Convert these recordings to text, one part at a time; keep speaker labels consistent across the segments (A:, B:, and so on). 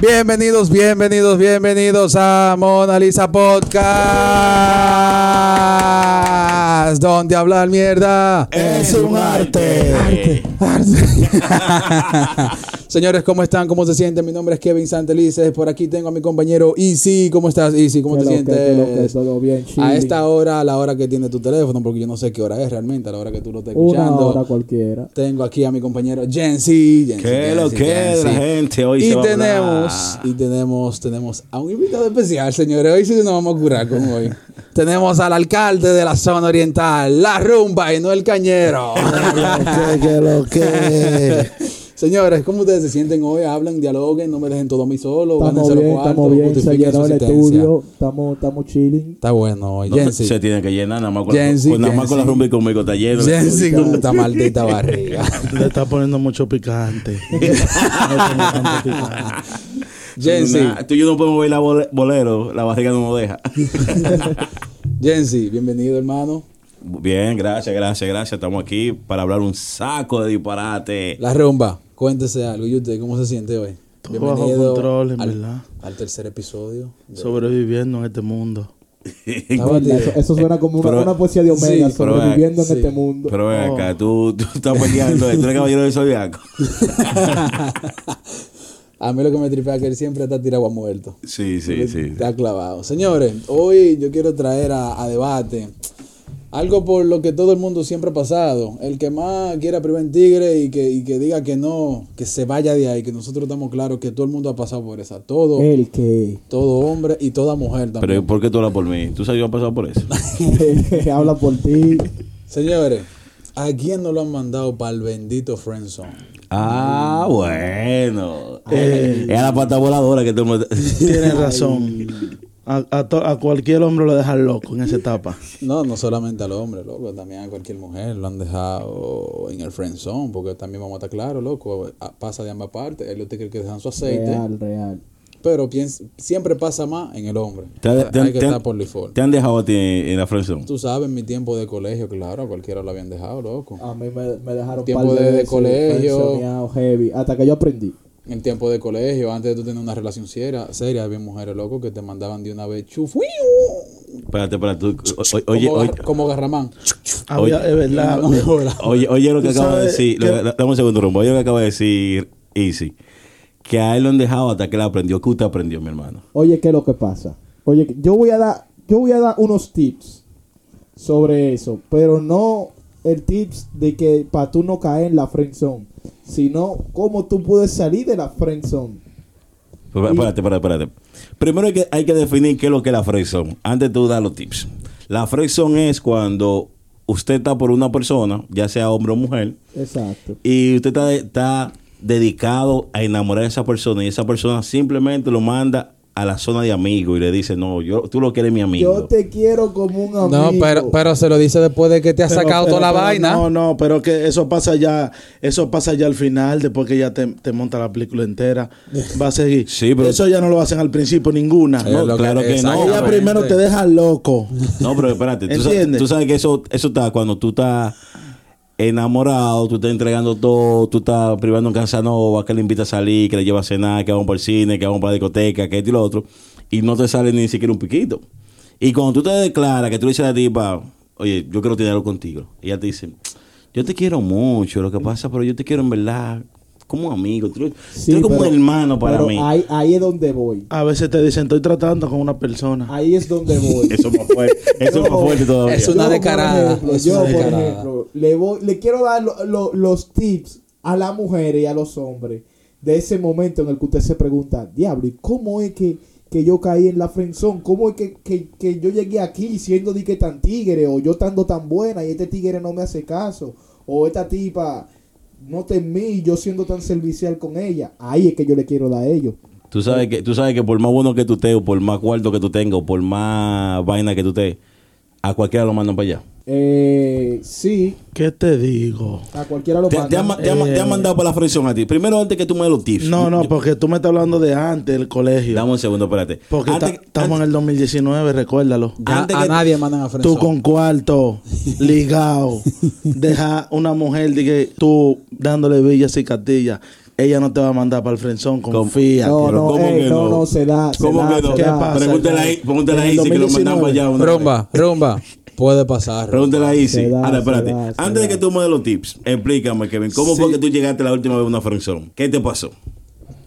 A: Bienvenidos, bienvenidos, bienvenidos a Mona Lisa Podcast, donde hablar mierda
B: Es un arte.
A: Señores, ¿cómo están? ¿Cómo se sienten? Mi nombre es Kevin Santelices. Por aquí tengo a mi compañero Easy. ¿Cómo estás, Easy? ¿Cómo
B: Que
A: te
B: lo que, que lo que,
A: sientes?
B: todo bien,
A: a
B: chilling.
A: esta hora, a la hora que tiene tu teléfono, porque yo no sé qué hora es realmente, a la hora que tú lo estés
B: Una
A: escuchando.
B: hora cualquiera.
A: Tengo aquí a mi compañero Jensi. Jensi,
C: ¿Qué lo
A: Jensi,
C: que
A: Jensi.
C: la gente hoy
A: Y
C: se va a
A: tenemos,
C: hablar.
A: y tenemos, tenemos a un invitado especial, señores. Hoy sí nos vamos a curar con hoy. tenemos al alcalde de la zona oriental, la rumba y no el cañero.
B: Que, que lo que.
A: señores, ¿cómo ustedes se sienten hoy? Hablan, dialoguen, no me dejen todo a mí solo.
B: Estamos
A: gánense los
B: bien,
A: cuartos,
B: estamos bien. Se
A: justifiquen su
B: llenó el
A: asistencia.
B: estudio. Estamos, estamos chilling.
A: Está bueno hoy.
C: No,
A: Jensi.
C: Se tiene que llenar, nada más con,
A: Jensi,
C: la, con- nada más
A: Jensi.
C: con la rumba y conmigo está lleno.
A: Jensi con esta maldita barriga.
D: Le está poniendo mucho picante.
A: Jensi,
C: Nah, tú y yo no podemos ver la bole- bolero, la barriga no nos deja.
A: Jensi, bienvenido hermano.
C: Bien, gracias, gracias, gracias. Estamos aquí para hablar un saco de disparate.
A: La rumba, cuéntese algo. ¿Y usted cómo se siente hoy?
D: Todo bajo control, en
A: al,
D: verdad.
A: al tercer episodio.
D: Sobreviviendo en este mundo.
A: Está
B: Verdad,
A: batido.
B: Eso, eso suena como una,
C: Pero-
B: una poesía de Omega,
A: sí,
C: pero,
B: sobreviviendo en
A: sí.
B: este mundo.
C: Pero ven acá, tú, tú estás peleando, tú eres caballero del zodiaco.
A: a mí lo que me tripea es que él siempre está tirado a muerto.
C: Sí, sí, sí.
A: Está clavado. Señores, hoy yo quiero traer a, a debate algo por lo que todo el mundo siempre ha pasado. El que más quiera privar en tigre y que, y que diga que no, que se vaya de ahí, que nosotros estamos claros que todo el mundo ha pasado por esa. Todo,
B: El que.
A: todo hombre y toda mujer también.
C: Pero ¿por qué tú hablas por mí? ¿Tú sabes que yo he pasado por eso?
B: Habla por ti.
A: Señores, ¿a quién nos lo han mandado para el bendito friendzone?
C: Ah, bueno. es la pata voladora que tú me...
D: Tienes razón. A, a to- a cualquier hombre lo dejan loco en esa etapa.
A: No, no solamente al hombre, loco, también a cualquier mujer lo han dejado en el friendzone, porque también vamos a estar claros, loco, a- pasa de ambas partes, el usted cree que dejan su aceite,
B: Real, real.
A: pero piens- siempre pasa más en el hombre.
C: ¿Te, han- te han-
A: Hay que
C: te han-
A: estar por default.
C: te han dejado a ti en la friendzone?
A: Tú sabes, mi tiempo de colegio, claro, a cualquiera lo habían dejado, loco.
B: A mí me, me dejaron
A: Tiempo
B: par
A: de- de
B: veces
A: colegio.
B: pensioneado, heavy. Hasta que yo aprendí.
A: En tiempo de colegio, antes de tú tener una relación seria, seria había mujeres, loco, que te mandaban de una vez chufu,
C: Espérate, espérate. tú- o- o- Oye,
A: como,
C: oye,
A: gar- como Garramán.
D: Había- es verdad.
C: oye, oye lo que
D: Tú
C: acaba de
D: sabes
C: decir. lo
D: que-
C: que- dame un segundo, Rumbo. Oye lo que acaba de decir Easy. Que a él lo han dejado hasta que él aprendió. ¿Qué usted aprendió, mi hermano?
B: Oye, ¿qué es lo que pasa? Oye, yo voy a dar, yo voy a dar unos tips sobre eso, pero no el tips de que para tú no caer en la friend zone, sino cómo tú puedes salir de la friend zone.
C: Pero, Espérate, espérate, espérate. Primero hay que, hay que definir qué es lo que es la friendzone. Antes tú dar los tips. La friendzone es cuando usted está por una persona, ya sea hombre o mujer,
B: Exacto.
C: y usted está, está dedicado a enamorar a esa persona y esa persona simplemente lo manda a la zona de amigos y le dice, no, yo, tú lo quieres mi amigo.
B: Yo te quiero como un amigo.
A: No, pero, pero se lo dice después de que te ha
D: Pero-
A: sacado
D: pero-
A: toda la
D: pero
A: vaina.
D: No, no, pero que eso pasa ya, eso pasa ya al final, después que ya te, te monta la película entera, va a seguir.
C: Sí, pero-
D: Eso ya no lo hacen al principio ninguna.
A: Eh,
C: No,
A: lo
C: claro que no.
D: Ella
A: exactamente.
D: primero te deja loco.
C: No, pero espérate, tú, sabes,
D: ¿Entiendes?
C: tú sabes que eso, eso está cuando tú estás enamorado, tú estás entregando todo, tú estás privando un Casanova, que le invita a salir, que le lleva a cenar, que vamos para el cine, que vamos para la discoteca, que esto y lo otro, y no te sale ni siquiera un piquito. Y cuando tú te declaras que tú le dices a la tipa, oye, yo quiero tenerlo contigo, ella te dice, yo te quiero mucho, lo que pasa, pero yo te quiero en verdad como un amigo, tú, tú
B: Sí,
C: eres como
B: pero-
C: un hermano para
B: pero
C: mí.
B: Ahí, ahí es donde voy.
D: A veces te dicen, estoy tratando con una persona.
B: Ahí es donde voy.
C: Eso es más fuerte, eso es más fuerte todavía.
A: Es una
B: Yo, por
A: descarada,
B: ejemplo,
A: es
B: yo,
A: una
B: por
A: descarada.
B: ejemplo, le, voy- le quiero dar lo- lo- los tips a las mujeres y a los hombres de ese momento en el que usted se pregunta, diablo, ¿y cómo es que, que yo caí en la frenzón? ¿Cómo es que, que- que yo llegué aquí siendo de que tan tigre o yo estando tan buena y este tigre no me hace caso? O esta tipa no te en mí y yo siendo tan servicial con ella. Ahí es que yo le quiero dar a ellos.
C: Tú sabes, que, tú sabes que por más bueno que tú estés, o por más cuarto que tú tengas, o por más vaina que tú estés, a cualquiera lo mandan para allá.
B: Eh, sí,
D: ¿Qué te digo?
B: a cualquiera lo
C: Te, te han ma-
B: manda.
C: te han ma- te han mandado para la fricción a ti. Primero, antes que tú me des los tips.
D: No, no, porque tú me estás hablando de antes del colegio.
C: Dame un segundo, espérate.
D: porque
C: Antes-
D: ta- estamos en el 2019, recuérdalo.
A: A,
C: Antes
A: a
C: que-
A: nadie mandan a
D: Tú
A: friendzone.
D: con cuarto, ligado, deja una mujer de que tú dándole villas y castillas ella no te va a mandar para el frenzón, confía.
B: No,
D: tío.
C: Pero
B: no,
C: ¿cómo
B: ey,
C: que
B: no,
C: no?
B: no, se da. se
C: ¿Cómo
B: da,
C: que no?
B: se
D: ¿Qué
B: da.
D: pasa?
C: Pregúntale ahí, pregúntale a
A: En el
C: Isi que lo mandamos
A: 2019.
C: allá. una vez.
A: Rumba, rumba. Puede pasar.
C: Pregúntale a Isi.
B: Se da,
C: Ahora,
B: se
C: espérate.
B: da, se
C: Antes de
B: da.
C: que tú me des los tips, explícame, Kevin, ¿cómo
A: Sí.
C: fue que tú llegaste la última vez a una frenzón? ¿Qué te pasó?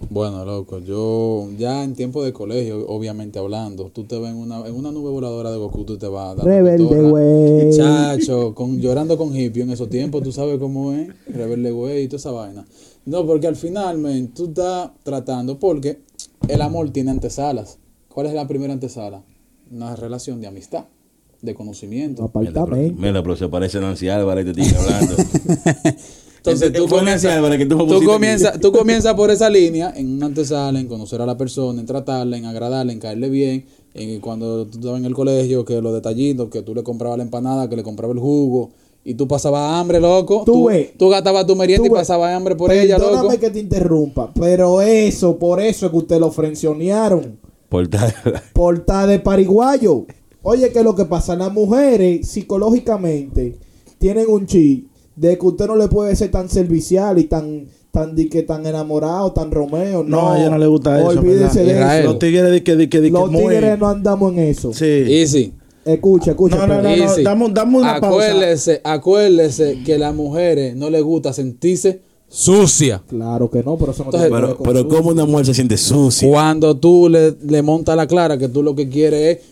A: Bueno, loco, yo ya en tiempo de colegio, obviamente hablando, tú te ves en una, en una nube voladora de Goku, tú te vas dando
B: Rebelde,
A: cotorra.
B: güey.
A: Chacho, con, llorando con hippie en esos tiempos, tú sabes cómo es, rebelde, güey, y toda esa vaina. No, porque al final, men, tú estás tratando, porque el amor tiene antesalas. ¿Cuál es la primera antesala? Una relación de amistad, de conocimiento.
B: Eh, Apartamento.
C: Mira, pero se parece a Nancy Álvarez, te estoy hablando.
A: Entonces
C: Ese-
A: tú
C: fue Nancy
A: comienzas,
C: Álvarez que tú me
A: tú
C: pusiste
A: comienzas- tú comienzas por esa línea, en una antesala, en conocer a la persona, en tratarla, en agradarla, en caerle bien. En, cuando tú estabas en el colegio, que los detallitos, que tú le comprabas la empanada, que le comprabas el jugo, y tú pasabas hambre, loco.
B: Tú ve.
A: tú gastabas tu merienda y
B: Tú ves,
A: pasabas hambre por ella,
B: Perdóname
A: loco.
B: que te interrumpa, pero eso, por eso es que usted lo frencionearon.
C: Portada.
B: Portada de pariguayo. Oye, que lo que pasa, las mujeres psicológicamente tienen un chi de que usted no le puede ser tan servicial y tan tan di que tan enamorado, tan Romeo. No,
D: No, a ella no le gusta eso,
B: Olvídese
A: ¿verdad?
B: de
A: Israel.
B: eso.
D: Los tigres di que, di que, di que
B: Los
D: muy-
B: tigres no andamos en eso.
D: Sí.
A: Easy.
B: Escucha, escucha.
D: No, no,
B: espera.
D: no, no.
A: Easy.
D: dame un- dame una pausa.
A: acuérdese, acuérdese que a las mujeres no les gusta sentirse sucia.
B: Claro que no, pero eso no
A: Entonces-
B: tiene que ver
C: Pero,
B: con
C: pero
B: su-
C: ¿cómo una mujer se siente sucia?
A: Cuando tú le, le montas la clara que tú lo que quieres es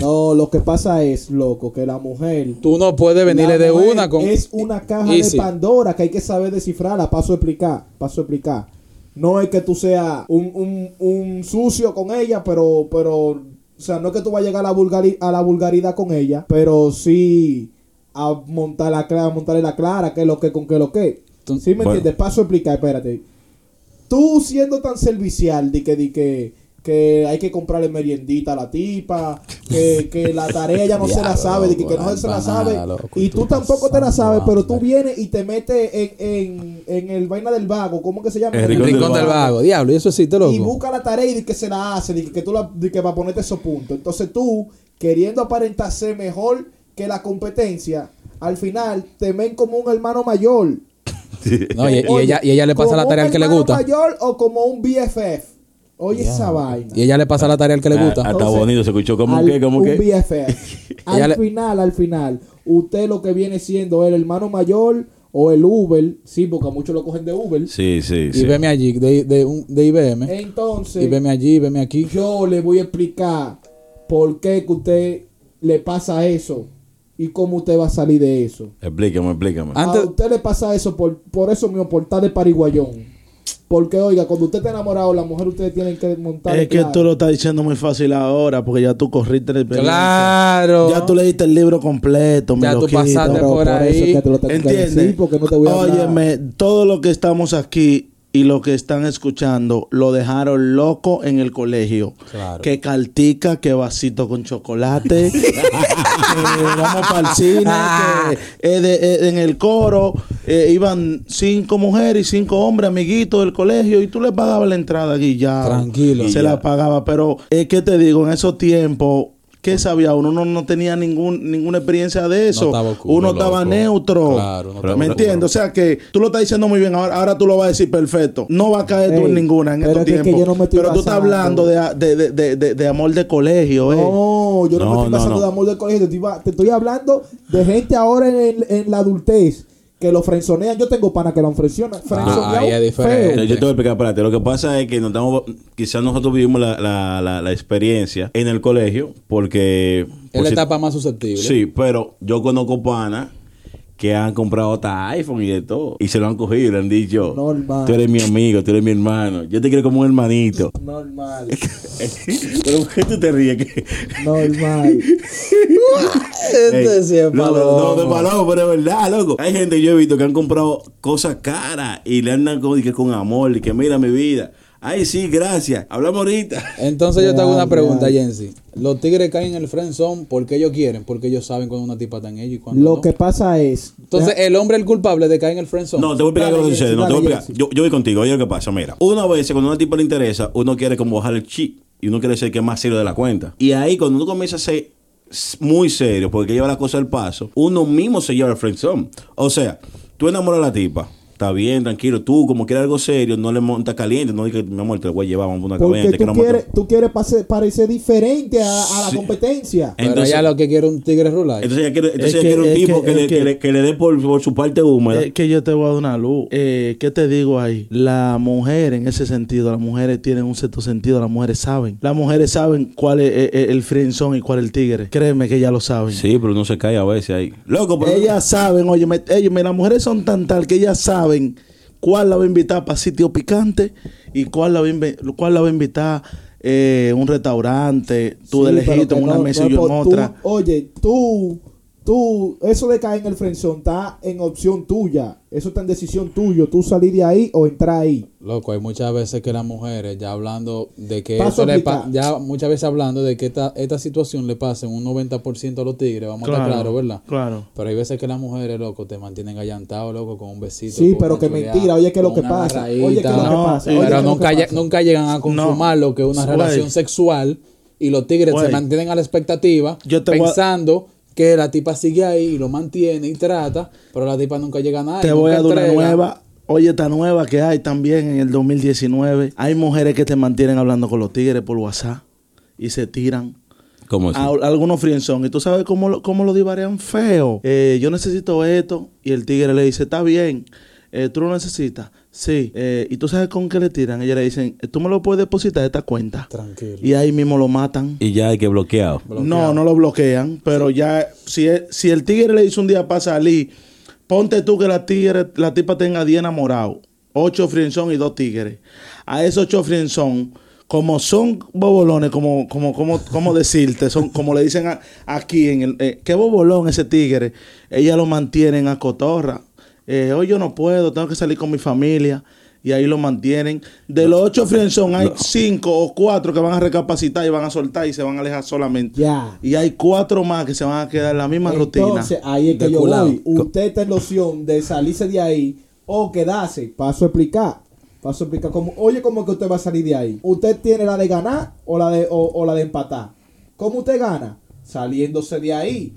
B: No, lo que pasa es, loco, que la mujer
A: Tú no puedes venirle
B: La
A: de
B: mujer
A: una con.
B: Es una caja
A: Easy.
B: de Pandora que hay que saber descifrarla. Paso a explicar, paso a explicar. No es que tú seas un, un, un sucio con ella, pero, pero, o sea, no es que tú vas a llegar a la, vulgari- a la vulgaridad con ella, pero sí a montar la clara, montarle la clara, que lo que con que lo que.
A: Tú-
B: ¿Sí me
C: bueno.
B: entiendes? Paso a explicar, espérate. Tú siendo tan servicial, de que, di que, que hay que comprarle meriendita a la tipa, que, que la tarea ya no se la
A: Diablo,
B: sabe, de que,
A: loco,
B: que no
A: la
B: se la
A: empanada,
B: sabe.
A: loco,
B: y
A: tú
B: tú tampoco te la
A: pasando
B: sabes, pero tú
A: hambre.
B: vienes y te metes en, en, en el vaina del vago, ¿cómo que se llama?
C: El
A: El
C: rincón
A: rincón del vago, diablo, y eso existe,
B: Y
A: loco.
B: busca la tarea y di que se la hace, de que, que tú la, di que va a ponerte esos puntos. Entonces tú, queriendo aparentarse mejor que la competencia, al final te ven como un hermano mayor.
A: No, y, y
B: Oye,
A: ella, y ella le pasa
B: como
A: la tarea al
B: un
A: que le
B: hermano
A: gusta.
B: mayor o como un BFF? Oye, esa vaina.
A: Y ella le pasa la tarea al que le
C: Ah,
A: gusta.
C: Hasta bonito se escuchó. ¿Cómo
B: al-
C: que? ¿Cómo
B: un
C: que?
B: BFF.
A: Ella
B: al
A: le-
B: final, al final, usted lo que viene siendo el hermano mayor o el Uber, sí, porque muchos lo cogen de Uber.
C: Sí, sí,
A: Y
C: sí.
A: veme allí, de, de, un- de IBM. Y
B: Entonces,
A: veme allí, veme aquí.
B: yo le voy a explicar por qué que usted le pasa eso y cómo usted va a salir de eso.
C: Explícame, explícame.
A: Antes-
B: A usted le pasa eso por, por eso mi portal de pariguayón. Porque, oiga, cuando usted está enamorado, la mujer ustedes tienen que montar.
D: Es que tú lo estás diciendo muy fácil ahora porque ya tú corriste la experiencia.
A: Claro. Ah,
D: Ya tú leíste el libro completo, mi
A: Ya tú
D: loquito.
A: pasaste
B: Pero
A: por
B: por eso
A: ahí.
B: es que te lo tengo que
D: ¿Entiendes?
B: decir, porque no te voy a hablar.
D: Óyeme, todo lo que estamos aquí y lo que están escuchando lo dejaron loco en el colegio.
A: Claro.
D: Que caltica, que vasito con chocolate, que vamos para el cine, que eh, de- eh, en el coro eh, iban cinco mujeres y cinco hombres, amiguitos del colegio, y tú le pagabas la entrada, Guillao.
A: Tranquilo.
D: Se la pagaba, pero es que te digo, en esos tiempos, ¿qué sabía? Uno no, no tenía ningún, ninguna experiencia de eso.
A: estaba oscuro,
D: Uno estaba
A: loco.
D: neutro.
A: Claro, no estaba
D: ¿Me
A: oscuro.
D: entiendes? O sea que tú lo estás diciendo muy bien. Ahora, ahora tú lo vas a decir perfecto. No va a caer tú
B: Ey,
D: en ninguna en
B: pero
D: estos
B: es que- que
D: tiempos.
B: yo no me estoy
D: pero tú estás
B: basando.
D: hablando de, de, de- de- de- de amor de colegio, ¿eh?
B: No, yo no, me
C: No,
B: estoy
C: no,
B: pasando
C: no.
B: de amor del colegio. Te estoy, te estoy hablando de gente ahora en, en la adultez que lo frenzonean. Yo tengo pana que lo frenzonean.
A: ahí es diferente.
C: Yo te voy a explicar, espérate. Lo que pasa es que nos estamos, quizás nosotros vivimos la, la, la, la experiencia en el colegio porque...
A: Es
C: por
A: la
C: si-
A: etapa más susceptible.
C: Sí, pero yo conozco panas que han comprado hasta iPhone y de todo. Y se lo han cogido y le han dicho,
B: Normal.
C: tú eres mi amigo, tú eres mi hermano. Yo te quiero como un hermanito.
B: Normal,
C: pero ¿por qué tú te ríes? Que-
B: normal.
A: Este
C: Ey,
A: sí es
C: no, no,
A: palomo.
C: no, de palomo, pero es verdad, loco. Hay gente que yo he visto que han comprado cosas caras y le andan con, y que con amor y que mira mi vida. Ay, sí, gracias. Hablamos ahorita.
A: Entonces yo te hago una
B: Real,
A: pregunta,
B: real.
A: Jensi. Los tigres caen en el friend zone porque ellos quieren, porque ellos saben cuando una tipa está en ellos y cuando
B: Lo
A: no.
B: que pasa es.
A: Entonces el hombre es el culpable de caer en el friend zone.
C: No, te voy a explicar
B: Dale,
C: lo que sucede.
B: Jesse,
C: No, te voy a
B: dale,
C: explicar.
B: Jesse.
C: Yo, yo voy contigo, oye lo que pasa. Mira, una vez cuando a una tipa le interesa, uno quiere como bajar el chip y uno quiere ser que es más serio de la cuenta. Y ahí cuando uno comienza a ser s- muy serio, porque lleva la cosa al paso, uno mismo se lleva al friendzone. O sea, tú enamoras a la tipa. Está bien, tranquilo. Tú, como quieres algo serio, no le montas caliente. No digas, mi amor, te voy a llevar, vamos a una
B: Porque
C: caliente. que
B: tú
C: no
B: quieres,
C: monta-".
B: tú quieres pase- parecer diferente a, a la competencia.
A: Pero
C: Entonces-
A: ella lo que quiere es un tigre rural.
C: Entonces ella quiere, entonces ella
D: que-
C: quiere un
D: es
C: tipo
D: que-
C: que, le,
D: es que-
C: que le- que le dé por, por su parte húmeda.
D: Es Eh, que yo te voy a dar una luz. Eh, ¿Qué te digo ahí? La mujer, en ese sentido, las mujeres tienen un cierto sentido, las mujeres saben. Las mujeres saben cuál es eh, eh, el frienzón y cuál es el tigre. Créeme que ellas lo saben.
C: sí, pero no se cae a veces ahí. Loco, pero.
D: Ellas saben, oye, me- ellas- me- las mujeres son tan tal que ellas saben cuál la va a invitar para sitio picante y cuál la va a, invi- cuál la va a invitar eh, un restaurante, tú de
B: Sí, pero
D: lejito,
B: que
D: en una
B: no-
D: mesa
B: no
D: y yo
B: es
D: en
B: por- tú-
D: otra.
B: oye, tú, tú, eso de caer en el frenzón está en opción tuya. Eso está en decisión tuya. Tú salir de ahí o entrar ahí.
A: Loco, hay muchas veces que las mujeres ya hablando de que
B: Paso
A: eso le pa-
B: aplicado.
A: ya muchas veces hablando de que esta, esta situación le pasa en un 90% a los tigres, vamos a estar claros, ¿verdad?
D: Claro.
A: Pero hay veces que las mujeres, loco, te mantienen allantado, loco, con un besito.
B: Sí,
A: con
B: pero
A: una
B: que
A: chuleada,
B: mentira, oye, ¿qué es lo
A: con
B: que
A: una
B: pasa?
A: agarradita.
B: Oye, ¿qué es lo que
D: No,
B: pasa?
D: eh,
B: Oye, ¿qué
A: pero
B: es lo
A: nunca,
B: que
A: lle-
B: pasa?
A: nunca llegan a consumar lo que es una
D: Güey.
A: relación sexual y los tigres
D: Güey.
A: se mantienen a la expectativa
D: Yo te voy a-
A: pensando que la tipa sigue ahí y lo mantiene y trata, pero la tipa nunca llega a nada. y
D: Te voy
A: nunca
D: a dar una
A: entrega.
D: nueva. Oye, esta nueva que hay también en el 2019. Hay mujeres que te mantienen hablando con los tigres por WhatsApp y se tiran.
C: ¿Cómo así?
D: a- a algunos frienzón. Y tú sabes cómo lo, cómo lo divarían feo. Eh, yo necesito esto. Y el tigre le dice, está bien. Eh, ¿Tú lo necesitas? Sí. Eh, ¿Y tú sabes con qué le tiran? Ellos le dicen, "Eh, tú me lo puedes depositar de esta cuenta.
A: Tranquilo.
D: Y ahí mismo lo matan.
C: Y ya hay que bloqueado.
D: No, no lo bloquean, pero ya, si, el- si el tigre le hizo un día para salir, ponte tú que la tigre, la tipa tenga 10 enamorados, 8 frienzón y 2 tigres. A esos 8 frienzón, como son bobolones, como, como, como, como decirte, son como le dicen a- aquí en el, eh, qué bobolón ese tigre, ella lo mantienen a cotorra. Eh, hoy yo no puedo, tengo que salir con mi familia. Y ahí lo mantienen. De los ocho frienzón, hay cinco o cuatro que van a recapacitar y van a soltar y se van a alejar solamente.
B: Ya.
D: Y hay cuatro más que se van a quedar en la misma
B: Entonces,
D: rutina.
B: ahí es que
A: De
B: yo
A: culao.
B: voy. Usted está en la opción de salirse de ahí o quedarse. Paso a explicar. Paso a explicar. Como, oye, ¿cómo es que usted va a salir de ahí? ¿Usted tiene la de ganar o la de, o, o la de empatar? ¿Cómo usted gana? Saliéndose de ahí.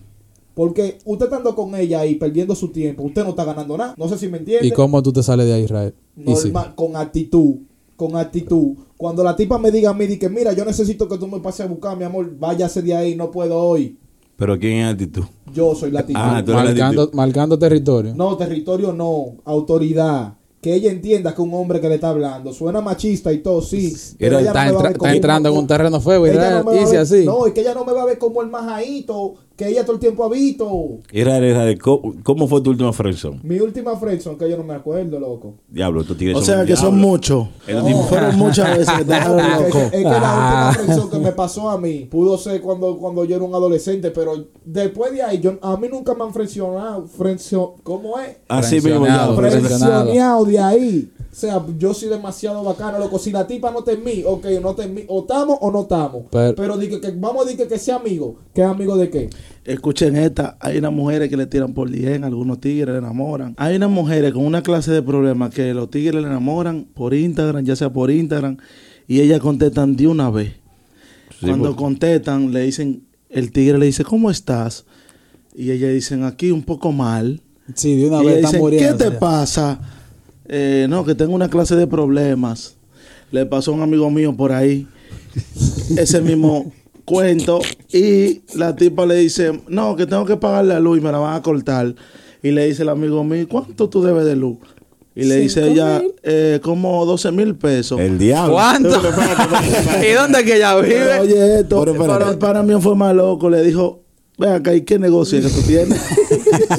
B: Porque usted estando con ella ahí perdiendo su tiempo, usted no está ganando nada. No sé si me entiende.
A: ¿Y cómo tú te sales de ahí, Israel? Y sí.
B: Normal, con actitud, con actitud. Cuando la tipa me diga a mí, di que mira, yo necesito que tú me pases a buscar, mi amor, váyase de ahí, no puedo hoy.
C: Pero ¿quién es actitud?
B: Yo soy la actitud.
C: Ah, tú eres la
A: Marcando,
C: actitud.
A: marcando territorio.
B: No, territorio no, autoridad. Que ella entienda que un hombre que le está hablando suena machista y todo, sí. pero
A: Pero
B: ella no
A: está
B: me va a
A: entra-
B: ver
A: está
B: como-
A: entrando en un terreno feo,
B: Ella
A: ¿verdad?
B: no me va a
A: Easy
B: ver-
A: así.
B: No, es que ella no me va a ver como el majaito que ella todo el tiempo ha visto.
C: Israel, Israel, ¿cómo, cómo fue tu última friendzone?
B: Mi última friendzone que yo no me acuerdo, loco.
C: Diablo, estos tigres
D: O sea
C: un
D: que son
C: diablo.
D: muchos. Oh.
C: Estos tipos-
D: Fueron muchas veces que te dejaron
B: Es que,
D: loco.
B: es que
A: Ah.
B: la última friendzone que me pasó a mí pudo ser cuando, cuando yo era un adolescente, pero después de ahí, yo, a mí nunca me han frencionado. Friendzone, ¿Cómo es?
C: Así mismo,
A: Frencionado,
C: diablo.
A: frencionado.
B: presioneado de ahí. O sea, yo soy demasiado bacano, loco. Si la tipa no te es mí, ok, no te es mí. O estamos o no estamos.
A: Pero-
B: Pero, di que, que- vamos a decir que, que sea amigo. ¿Qué amigo de qué?
D: Escuchen esta, hay unas mujeres que le tiran por 10, algunos tigres le enamoran. Hay unas mujeres con una clase de problemas que los tigres le enamoran por Instagram, ya sea por Instagram, y ellas contestan de una vez.
C: Sí,
D: Cuando
C: porque-
D: contestan, le dicen, el tigre le dice, ¿cómo estás? Y ellas dicen, aquí un poco mal.
A: Sí, de una
D: Y
A: vez
D: ella
A: está
D: dice,
A: muriendo.
D: ¿Qué te pasa? Eh, no, que tengo una clase de problemas. Le pasó a un amigo mío por ahí ese mismo cuento. Y la tipa le dice, no, que tengo que pagar la luz y me la van a cortar. Y le dice el amigo mío, ¿cuánto tú debes de luz? Y le dice ella, "Eh, como 12 mil pesos.
C: El diablo.
E: ¿Cuánto? ¿Y dónde es que ella
D: Pero,
E: vive?
D: oye, esto,
C: Pero, espérate.
D: para, para mí fue más loco. Le dijo, ve acá, ¿y qué negocio es que tú tienes?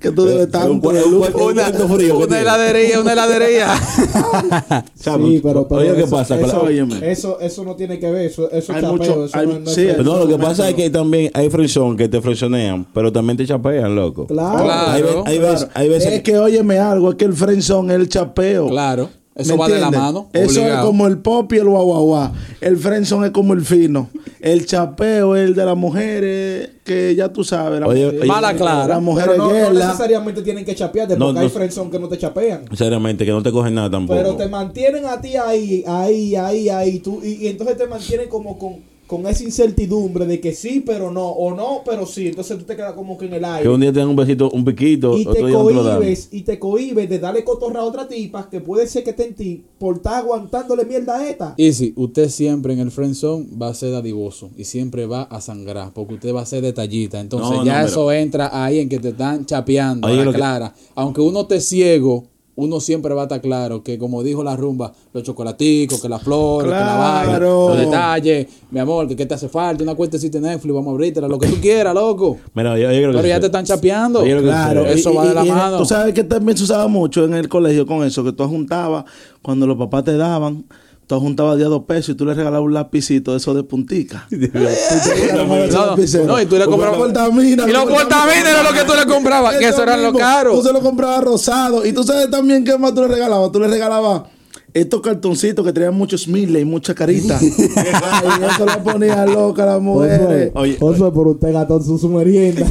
D: que tú debes tanto de luz.
E: Una,
C: cuánto frío que
E: una
C: tiene.
E: heladería, una heladería.
C: Chavo, oye, ¿qué pasa? Con la-
B: Eso,
D: Óyeme.
B: eso, eso no tiene que ver. Eso, eso
D: Hay
B: es chapeo,
D: mucho-
B: eso
D: hay-
B: no es- no es
D: sí,
B: friendzone.
C: Pero no, lo que pasa es que también hay friendzone que te frenzonean, pero también te chapean, loco.
B: Claro.
C: Hay, ve- hay veces, hay veces
D: Es que óyeme algo, es que el frenzón es el chapeo.
A: Claro. Eso
D: ¿Me
A: va de la
D: entiendes?
A: mano.
D: Eso es
A: obligado.
D: como el pop y el guaguaguá. El frenzón es como el fino. El chapeo es el de las mujeres, que ya tú sabes. La
C: Oye, oye.
A: Mala clara.
D: Las mujeres
B: Pero no, no
D: guerra.
B: necesariamente tienen que chapearte
C: No,
B: porque
C: no.
B: hay friendzone que no te chapean.
C: Sinceramente, que no te cogen nada tampoco.
B: Pero te mantienen a ti ahí, ahí, ahí, ahí. Tú, y, y entonces te mantienen como con, con esa incertidumbre de que sí, pero no, o no, pero sí. Entonces tú te quedas como que en el
C: Que un
B: aire.
C: día te dan un besito, un piquito,
B: Y te,
C: otro día no te lo dan.
B: cohibes, y te cohibes de darle cotorra a otra tipa que puede ser que esté en ti por estar aguantándole mierda a esta.
A: Easy, usted siempre en el friend zone va a ser dadivoso y siempre va a sangrar porque usted va a ser detallita. Entonces
C: No,
A: ya
C: no,
A: eso entra ahí en que te están chapeando, a
C: Ahí
A: la
C: lo que-
A: clara. Aunque uno esté ciego, uno siempre va a estar claro que como dijo la rumba, los chocolaticos, que las flores, que la vaina,
D: Claro.
A: los detalles, mi amor, que qué te hace falta, una cuentecita de Netflix, vamos a abrírtela, lo que tú quieras, loco.
C: Mira, yo, yo creo que
A: Pero ya
C: sí.
A: te están chapeando.
C: Oye, lo que
D: Claro,
A: Eso
D: y-
A: va
D: y-
A: de la
D: y-
A: mano.
D: Tú sabes que también se usaba mucho en el colegio con eso, que tú juntabas, cuando los papás te daban, tú juntabas de a dos pesos y tú le regalabas un lapicito de eso de puntica. Y te regalabas esos
A: No,
D: lapiceros.
A: no, y tú le
D: O
A: comprabas-
D: portamina,
E: Y los
D: portamina.
E: portamina era lo que tú le comprabas, que eso era lo
D: mismo.
E: caro.
D: Tú se lo comprabas rosado. Y tú sabes también qué más tú le regalabas. Tú le regalabas estos cartoncitos que tenían muchos miles y muchas caritas. y eso lo ponía loca a las mujeres.
C: Oye,
B: Josué, por usted gastó su, su merienda.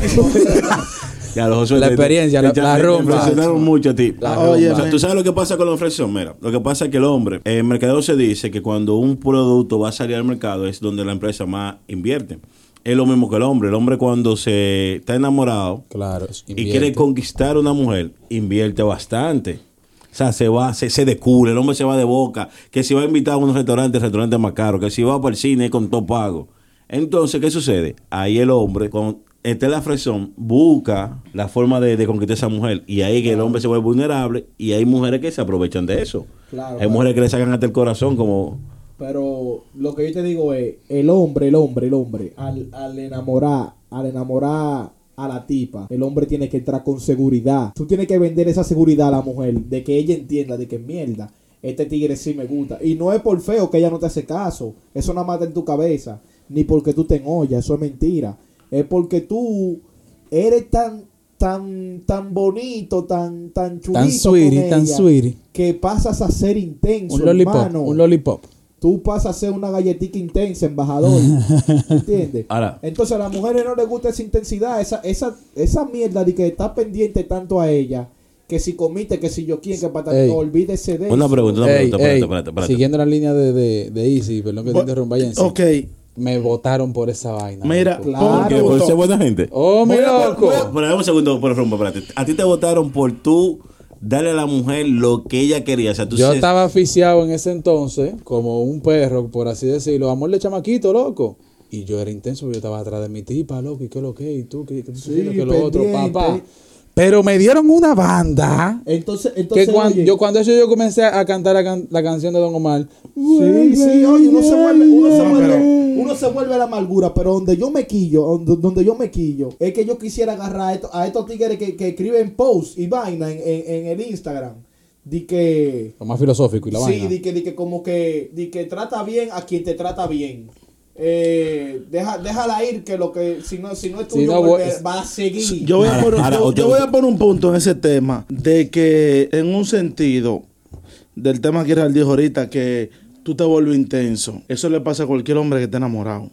C: Ya, los Josué,
A: La
C: te-
A: experiencia,
C: te-
A: la-
C: te-
A: la
C: te
A: rumba.
C: impresionaron mucho a ti.
D: La Oye, rumba.
C: O sea, tú sabes lo que pasa con la ofrección. Mira, lo que pasa es que el hombre, el mercadeo se dice que cuando un producto va a salir al mercado es donde la empresa más invierte. Es lo mismo que el hombre. El hombre cuando se está enamorado
A: Claro, eso
C: y
A: invierte.
C: quiere conquistar a una mujer, invierte bastante. O sea, se va, se, se descubre, el hombre se va de boca, que si va a invitar a unos restaurantes, restaurantes más caros, que si va para el cine con todo pago. Entonces, ¿qué sucede? Ahí el hombre, con este la fresón, busca la forma de, de conquistar a esa mujer. Y ahí que el hombre se vuelve vulnerable y hay mujeres que se aprovechan de eso.
B: Claro,
C: hay
B: claro.
C: mujeres que le sacan hasta el corazón como...
B: Pero lo que yo te digo es, el hombre, el hombre, el hombre, al, al enamorar, al enamorar a la tipa, el hombre tiene que entrar con seguridad. Tú tienes que vender esa seguridad a la mujer, de que ella entienda, de que mierda, este tigre sí me gusta. Y no es por feo que ella no te hace caso, eso nada más está en tu cabeza, ni porque tú te enollas, eso es mentira. Es porque tú eres tan, tan, tan bonito, tan, tan chulito
A: Tan sweetie,
B: con
A: tan
B: ella,
A: sweetie.
B: Que pasas a ser intenso,
A: Un lollipop,
B: hermano
A: un lollipop.
B: tú pasas a ser una galletita intensa, embajador. ¿Entiendes?
C: Ahora.
B: Entonces a las mujeres no les gusta esa intensidad, esa, esa, esa mierda de que está pendiente tanto a ella, que si comiste, que si yo quién, que para
A: Ey.
B: olvídese de
C: Una
B: eso.
C: pregunta, una
A: Ey,
C: pregunta,
A: ey,
C: espérate, espérate, espérate.
A: Siguiendo la línea de, de, de Easy, perdón que te
D: Bu-
A: interrumpa, Jensi.
D: Ok,
A: Me votaron por esa vaina.
D: mira,
A: loco.
B: Claro.
D: ¿por qué?
C: Que por
D: Botó.
C: ser buena gente.
A: Oh, mi
D: Voy a-
A: loco.
D: voy a-
C: Pero dame un segundo por rumbo, espérate. A ti te votaron por tú darle a la mujer lo que ella quería. O sea, tú
A: Yo
C: se-
A: estaba aficiado en ese entonces, como un perro, por así decirlo. Amor de chamaquito, loco. Y yo era intenso, yo estaba atrás de mi tipa, loco. ¿Y qué lo que? ¿Y tú? ¿Qué, qué, tú
B: Sí,
A: tienes, qué lo otro?
B: pendiente.
A: Papá. Pero me dieron una banda.
B: Entonces, entonces
A: Que cuando,
B: oye,
A: yo, cuando eso yo comencé a cantar la, can- la canción de Don Omar.
B: Sí, sí, oye, uno se vuelve, uno se
A: No,
B: vuelve, uno se vuelve a la amargura, pero donde yo me quillo, donde, donde yo me quillo, es que yo quisiera agarrar a esto- a estos tigres que, que escriben posts y vaina en, en- en el Instagram, de que...
A: Lo más filosófico y la
B: sí,
A: vaina.
B: di que, di que como que, di que trata bien a quien te trata bien. Eh, deja, déjala ir que lo que si no, si no es
A: Si
B: tuyo
A: no,
B: vuelve-
A: voy-
B: va a seguir.
D: Yo voy, a
C: Ahora,
D: poner,
C: ahora,
D: yo,
C: otra-
D: yo voy a poner un punto en ese tema de que en un sentido del tema que Real dijo ahorita que tú te vuelves intenso. Eso le pasa a cualquier hombre que esté enamorado.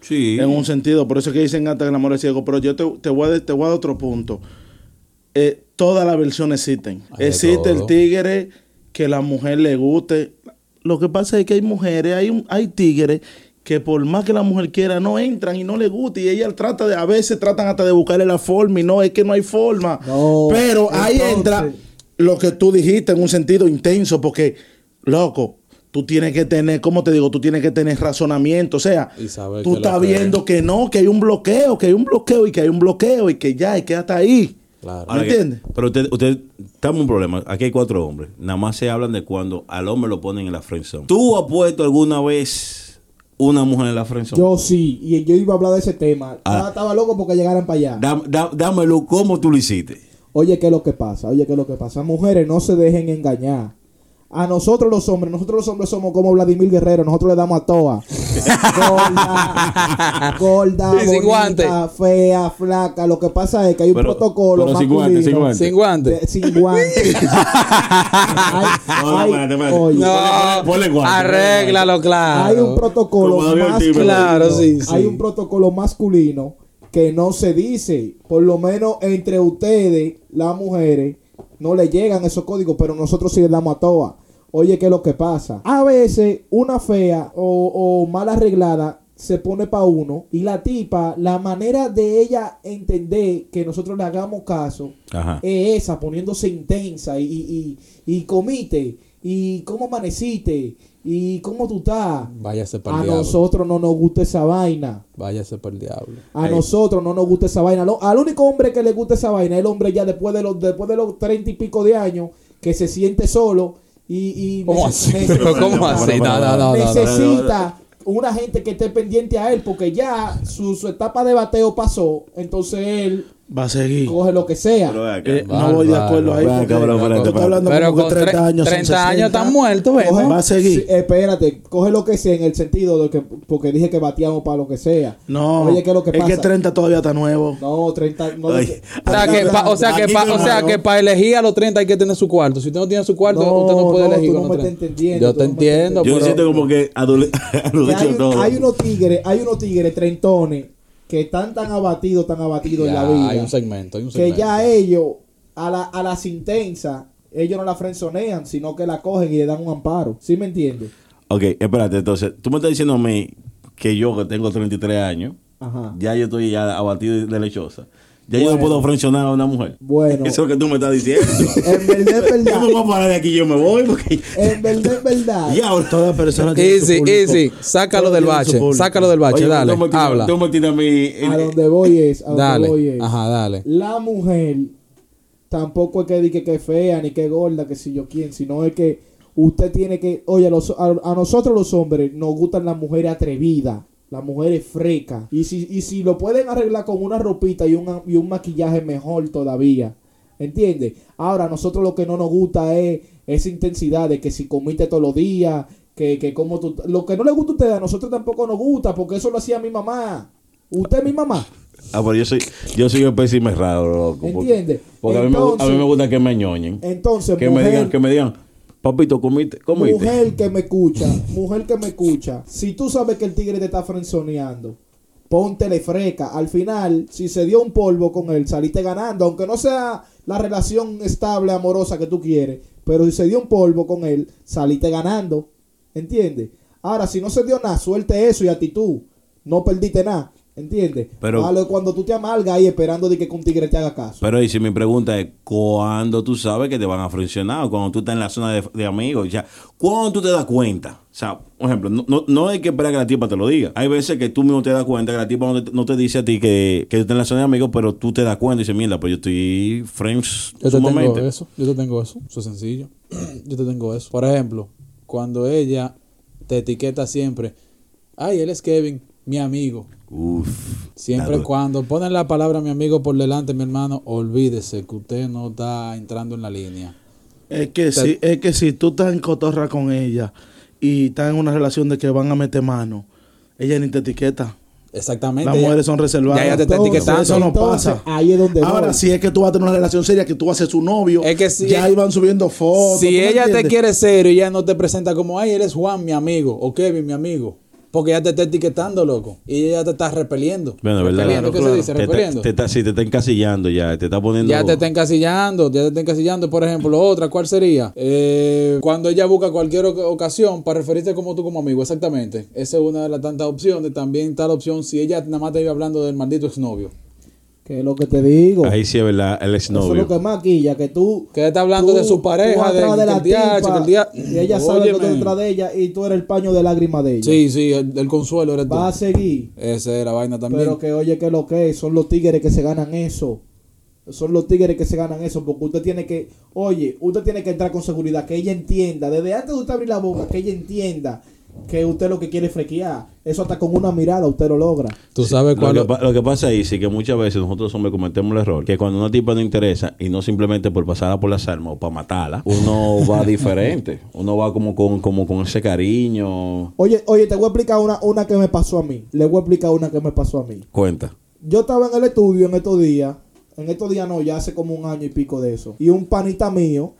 C: Sí.
D: En un sentido, por eso es que dicen hasta que el amor es ciego, pero yo te, te voy, a, de- te voy a dar otro punto. Eh, todas las versiones existen.
A: Hay de
D: Existe
A: todo.
D: el tigre que la mujer le guste. Lo que pasa es que hay mujeres, hay, un- hay tigres que por más que la mujer quiera, no entran y no le gusta. Y ella trata de, a veces tratan hasta de buscarle la forma y no, es que no hay forma.
B: No,
D: Pero ahí
B: entonces-
D: entra lo que tú dijiste en un sentido intenso, porque, loco, tú tienes que tener, como te digo, tú tienes que tener razonamiento. O sea,
A: Y saber
D: tú
A: que lo
D: estás
A: que-
D: viendo que no, que hay un bloqueo, que hay un bloqueo y que hay un bloqueo y que ya, y que hasta ahí.
A: Claro.
D: ¿Me entiendes?
C: que- Pero usted, usted, estamos en un problema. Aquí hay cuatro hombres. Nada más se hablan de cuando al hombre lo ponen en la friendzone. ¿Tú has puesto alguna vez una mujer en la friendzone?
B: Yo sí, y yo iba a hablar de ese tema.
C: Ah.
B: Estaba, estaba loco porque llegaran para allá.
C: Dam- da- dámelo como tú lo hiciste.
B: Oye, ¿qué es lo que pasa? Oye, ¿qué es lo que pasa? Mujeres, no se dejen engañar. A nosotros los hombres, nosotros los hombres somos como Vladimir Guerrero, nosotros le damos a toa. Gorda, gorda,
A: Y sin
B: bonita,
A: guante.
B: fea, flaca. Lo que pasa es que hay un
C: Pero-
B: protocolo
C: pero sin
B: masculino.
C: guante, sin guante.
A: Sin guantes.
B: De- sin guantes. Hay-
C: No, no,
B: hay-
C: espérate, espérate.
B: oye,
C: Ponle- ponle guante,
E: Arréglalo, claro.
B: hay un protocolo
C: Como avión
B: masculino.
C: tipo.
A: Claro, sí, sí.
B: Hay un protocolo masculino que no se dice. Por lo menos entre ustedes, las mujeres, no le llegan esos códigos, pero nosotros sí le damos a todas. Oye, ¿qué es lo que pasa? A veces una fea o, o mal arreglada se pone pa' uno. Y la tipa, la manera de ella entender que nosotros le hagamos caso
C: Ajá.
B: es esa, poniéndose intensa y, y, y, y comite, y cómo amaneciste, y cómo tú estás.
A: Váyase para
B: A
A: el diablo.
B: nosotros no nos gusta esa vaina.
A: Váyase para el diablo.
B: A nosotros no nos gusta esa vaina. Lo- al único hombre que le gusta esa vaina, el hombre ya después de los después de los treinta y pico de años, que se siente solo y, y
E: ¿Cómo
B: nece-
E: así?
B: necesita-
E: Pero ¿Cómo
A: Bueno,
E: así?
A: bueno,
E: No, no, no, no, no.
B: necesita una gente que esté pendiente a él, porque ya su, su etapa de bateo pasó, entonces él
D: Va a seguir.
B: coge lo que sea.
C: Pero ve acá.
D: Eh,
A: Bárbaro,
D: no voy de acuerdo ahí.
C: bárbaro,
D: porque
C: cabrón, espérate,
D: tú estás
C: espérate.
D: hablando
E: Pero
D: como
E: con
D: que 30
E: tre-
D: años. son
E: 30 años
D: 60.
E: están muertos, eh, ¿ves?
B: Coge-
D: Pues, Va a seguir.
B: Sí, espérate, coge lo que sea en el sentido de que, porque dije que bateamos para lo que sea.
D: No,
B: Oye, ¿qué es lo que pasa?
D: que 30 todavía está nuevo.
B: No, 30. No,
C: Oye,
E: O sea, que pa- o sea, que
C: Aquí
E: pa-
C: no,
E: o sea,
C: no.
E: que para elegir a los 30 hay que tener su cuarto. Si usted no tiene su cuarto,
B: No,
E: usted no puede
B: no,
E: elegir
B: tú
E: con
B: no
E: los
B: me
E: 30.
B: estás entendiendo,
E: Yo
B: tú
E: te
B: no me estás
E: entiendo,
C: Yo me
E: pero-
C: siento como que adole-
B: Que
C: adolescente
B: hay,
C: todo.
B: hay unos tigres, hay unos tigres trentones que están tan abatidos, tan abatidos en la
A: Ya,
B: vida.
A: hay un segmento, hay un
B: que
A: segmento.
B: ya ellos, a, la, a las intensas, ellos no la frenzonean, sino que la cogen y le dan un amparo. ¿Sí me entiendes?
C: Ok, espérate, entonces, tú me estás diciendo a mí que yo que tengo 33 años,
B: Ajá.
C: ya yo estoy ya abatido y de lechosa. Ya yo no
B: Bueno.
C: puedo frencionar a una mujer.
B: Bueno.
C: Eso es lo que tú me estás diciendo.
B: En verdad, en
C: yo
B: verdad.
C: me voy a parar de aquí, yo me voy porque...
B: En verdad, en verdad.
C: Ya, ahora-
D: Toda persona tiene su
E: Easy,
D: público.
E: easy. Sácalo
D: Todos
E: del
D: tienen su
E: bache.
D: público.
E: Sácalo del bache.
C: Oye,
E: Dale.
C: tú me tiras-
E: Habla.
C: Tú me tiras a mí...
B: A donde voy es, a donde voy
E: Dale.
B: es.
E: Ajá, dale.
B: La mujer tampoco es que diga que es fea ni que es gorda, que si yo quién, sino es que usted tiene que, oye, a, los- a- a nosotros los hombres nos gustan las mujeres atrevidas, las mujeres frecas. Y si, y si lo pueden arreglar con una ropita y un, y un maquillaje mejor todavía. ¿Entiendes? Ahora, a nosotros lo que no nos gusta es esa intensidad de que si comiste todos los días, que, que como tú... Lo que no le gusta a ustedes, a nosotros tampoco nos gusta, porque eso lo hacía mi mamá. Usted es mi mamá.
C: Ah, pero yo soy, yo soy un pésimo raro, loco. porque-
B: ¿Entiendes?
C: Porque, a, mí me, gu- a mí
B: Entonces-
C: me gusta que me ñoñen.
B: Entonces,
C: Que me
B: mujer,
C: digan, que me digan, papito, comiste, comiste.
B: mujer que me escucha, mujer que me escucha, si tú sabes que el tigre te está frenzoneando, póntele freca. Al final, si se dio un polvo con él, saliste ganando, aunque no sea la relación estable, amorosa que tú quieres, pero si se dio un polvo con él, saliste ganando. ¿Entiendes? Ahora, si no se dio nada, suelte eso y actitud. No perdiste nada. ¿Entiendes?
C: Pero-
B: Vale, cuando tú te amargas ahí esperando de que un tigre te haga caso.
C: Pero y si mi pregunta es, ¿cuándo tú sabes que te van a friccionar? Cuando tú estás en la zona de, de amigos, ya. ¿Cuándo tú te das cuenta? O sea, por ejemplo, no, no, no hay que esperar que la tipa te lo diga. Hay veces que tú mismo te das cuenta que la tipa no te, no te dice a ti que, que tú estás en la zona de amigos, pero tú te das cuenta y dices, mira, pues yo estoy friends
A: Yo te tengo
C: sumamente.
A: eso, yo te tengo eso, eso es sencillo. Yo te tengo eso. Por ejemplo, cuando ella te etiqueta siempre, ay, él es Kevin, mi amigo.
C: Uf.
A: Siempre
C: Claro.
A: cuando ponen la palabra mi amigo por delante, mi hermano, olvídese que usted no está entrando en la línea.
D: Es que, si, es que si tú estás en cotorra con ella y estás en una relación de que van a meter mano, ella ni te etiqueta.
A: Exactamente.
D: Las
A: ella-
D: mujeres son reservadas.
E: Ya ella te está
D: Entonces,
E: etiquetando.
D: Eso no
B: Entonces,
D: pasa.
B: ahí es donde
D: Ahora,
B: voy.
D: si es que tú vas a tener una relación seria, que tú vas a ser su novio,
E: Es que si-
D: ya iban subiendo fotos. ¿tú
E: si
A: Si
D: me
A: ella te
D: entiendes?
A: quiere serio y ella no te presenta como, ay, eres Juan, mi amigo, o Kevin, mi amigo. Porque ella te está etiquetando, loco. Y ella te está repeliendo.
C: Bueno, de verdad.
A: Repeliendo, ¿qué se dice?
C: Te está-
A: Repeliendo.
C: te está- sí, te está encasillando ya, te está poniendo...
A: Ya te está encasillando, ya te está encasillando. Por ejemplo, otra, ¿cuál sería? Eh, cuando ella busca cualquier oc- ocasión para referirte como tú como amigo, exactamente. Esa es una de las tantas opciones. También está la opción si ella nada más te iba hablando del maldito exnovio.
B: Que es lo que te digo.
C: Ahí sí es verdad, el
B: Eso es
C: exnovio.
B: lo que más quilla, que tú...
A: Que está hablando
B: tú-
A: de su
B: tú
A: pareja, de,
B: atrás de
A: que
B: la
A: el día,
B: tipa,
A: que el día-
B: y ella sabe que tú
A: Óyeme.
B: eres detrás de ella y tú eres el paño de lágrimas de ella.
A: Sí, sí, el, el consuelo eres tú.
B: Va a seguir,
A: Esa es la vaina también.
B: pero que oye que lo que es, son los tigres que se ganan eso. Son los tigres que se ganan eso, porque usted tiene que, oye, usted tiene que entrar con seguridad, que ella entienda, desde antes de usted abrir la boca, que ella entienda que usted lo que quiere es frequear. Eso hasta con una mirada usted lo logra.
A: Tú sabes
C: Lo
A: cuál
C: que, pa- lo que pasa ahí sí que muchas veces nosotros los hombres cometemos el error que cuando una tipa no interesa y no simplemente por pasarla por las armas o para matarla, uno va diferente. Uno va como con, como con ese cariño.
B: Oye, oye, te voy a explicar una, una que me pasó a mí. Le voy a explicar una que me pasó a mí.
C: Cuenta.
B: Yo estaba en el estudio en estos días. En estos días no, ya hace como un año y pico de eso. Y un panita mío,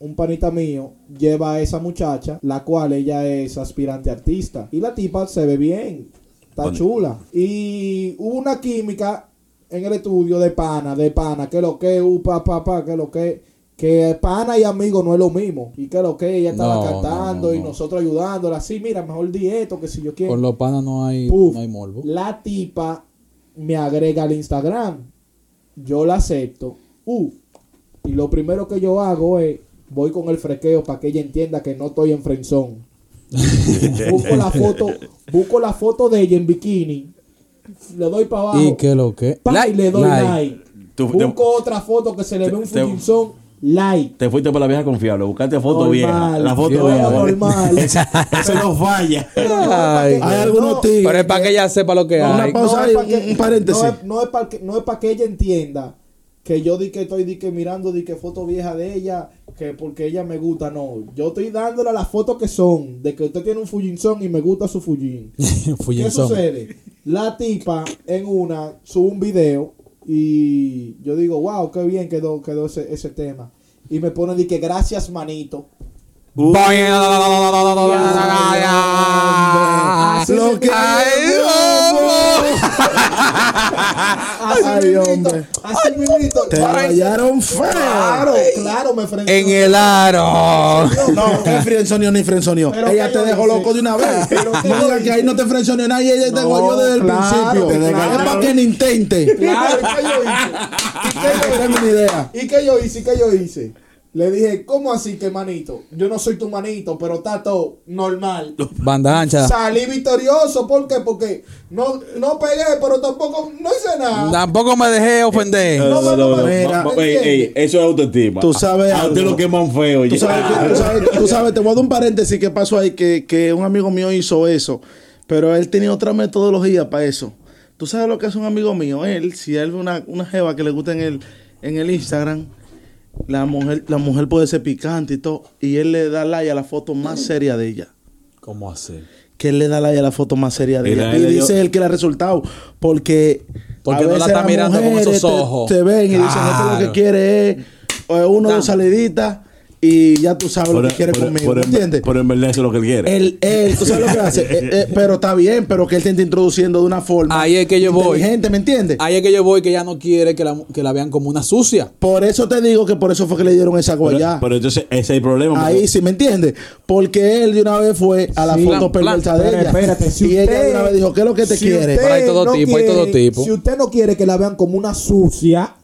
B: un panita mío, lleva a esa muchacha, la cual ella es aspirante artista. Y la tipa se ve bien, está
C: Bueno.
B: chula. Y hubo una química en el estudio de pana, de pana, que lo que, upa, uh, pa, pa, que lo que. Que pana y amigo no es lo mismo. Y que lo que ella estaba
A: No,
B: cantando
A: no, no,
B: y
A: no.
B: nosotros ayudándola. Así, mira, mejor di esto que si yo quiero.
A: Con los panas no hay,
B: Puf,
A: no hay morbo.
B: La tipa me agrega al Instagram. Yo la acepto. Uh, y lo primero que yo hago es voy con el frequeo para que ella entienda que no estoy en frenzón. busco la foto, busco la foto de ella en bikini. Le doy para abajo.
A: Y que lo que.
B: pa, y
E: Like,
B: le doy like.
E: like.
C: Tú-
B: busco
C: te-
B: otra foto que se le ve un
C: te-
B: fucking son. Like.
C: Te fuiste por la vieja confiable, buscaste foto
B: Normal.
C: vieja. La foto
B: Yo
C: vieja.
B: era normal.
C: Esa, esa no falla.
E: Ay,
D: Hay algunos tigres.
E: Pero es para que ella sepa lo que
D: Una
E: hay.
D: pa- pausa ahí,
B: Eh, pa'
D: un- un paréntesis.
B: No es, para que, no es pa' que ella entienda que yo di que estoy di que mirando di que foto vieja de ella, que porque ella me gusta, no. Yo estoy dándole las fotos que son, de que usted tiene un Fujinson y me gusta su Fujin. ¿Qué
A: Fuyenzón.
B: sucede? La tipa en una sube un video y yo digo, wow, qué bien quedó, quedó ese, ese tema. Y me pone di que gracias, manito. Así
D: Lo
B: se-
D: que-
B: Así
D: Ay,
B: mismito,
D: hombre.
B: Así mismito.
D: Te
B: Ay,
D: rayaron feo.
B: Claro, claro, me frenó.
E: En el aro.
D: No, que frenzonió ni frenzonió.
B: Pero
D: Ella
B: que
D: te
B: yo
D: dejó
B: hice.
D: loco de una vez.
B: Pero que
D: No
B: yo
D: digas que
B: hice.
D: ahí no te frenzonió nadie. Ella te
B: No,
D: guayó desde el
B: claro,
D: principio.
B: te desgañaron.
D: Es para que ni intente.
B: Claro, ¿y qué yo hice? ¿Y qué yo
D: Tengo una idea.
B: ¿Y qué yo hice? ¿Y qué yo hice? Le dije, ¿cómo así que manito? Yo no soy tu manito, pero está todo normal.
A: Banda ancha.
B: Salí victorioso, ¿por qué? Porque no, no pegué, pero tampoco no hice nada.
E: Tampoco me dejé ofender.
B: No, no, no, no.
D: Mira,
C: Ma- ma- ey, ey, eso es autoestima.
D: Tú sabes
C: A usted
D: algo.
C: lo queman feo.
D: Tú
C: ya.
D: sabes, que- tú, sabes, tú sabes, te voy a dar un paréntesis que pasó ahí, que, que un amigo mío hizo eso, pero él tenía otra metodología para eso. Tú sabes lo que hace un amigo mío, él, si él ve una, una jeva que le gusta en el, en el Instagram, la mujer, la mujer puede ser picante y todo, y él le da like a la foto más seria de ella.
A: ¿Cómo así?
D: Que él le da like a la foto más seria de
C: Y
D: ella.
C: la-
D: Y
C: le dio-
D: dice él que le ha resultado. Porque.
E: Porque no la está
D: las
E: mirando con
D: mujeres
E: esos
D: te-
E: ojos.
D: Te, ven y dicen: Esto lo que
E: Claro.
D: quiere es eh, una o dos saliditas. Y ya tú sabes lo
E: e-
C: Pero-
D: que quiere
C: pero-
D: conmigo.
C: pero en-
D: ¿Entiendes?
C: Pero en verdad eso es lo que él quiere.
D: Él, él, tú sabes lo que hace. Eh, eh, pero está bien, pero que él te está introduciendo de una forma.
E: Ahí es que yo voy.
D: inteligente, ¿me entiendes?
A: Ahí es que yo voy que ya no quiere que la, que la vean como una sucia.
D: Por eso te digo que por eso fue que le dieron esa
E: e-
C: pero,
D: guayá.
C: pero entonces ese es el problema.
D: Ahí sí, ¿me entiendes? Porque él de una vez fue a la
B: Sí.
D: foto
E: Plan,
D: perversa de
B: Pero
D: ella.
B: espérate, si
D: y ella de
B: usted-
D: una vez dijo, ¿qué es lo que te
B: si
D: quiere?
B: usted
E: Pero hay todo
B: no
E: tipo, hay todo
B: quiere-
E: tipo.
B: Si usted no quiere que la vean como una sucia,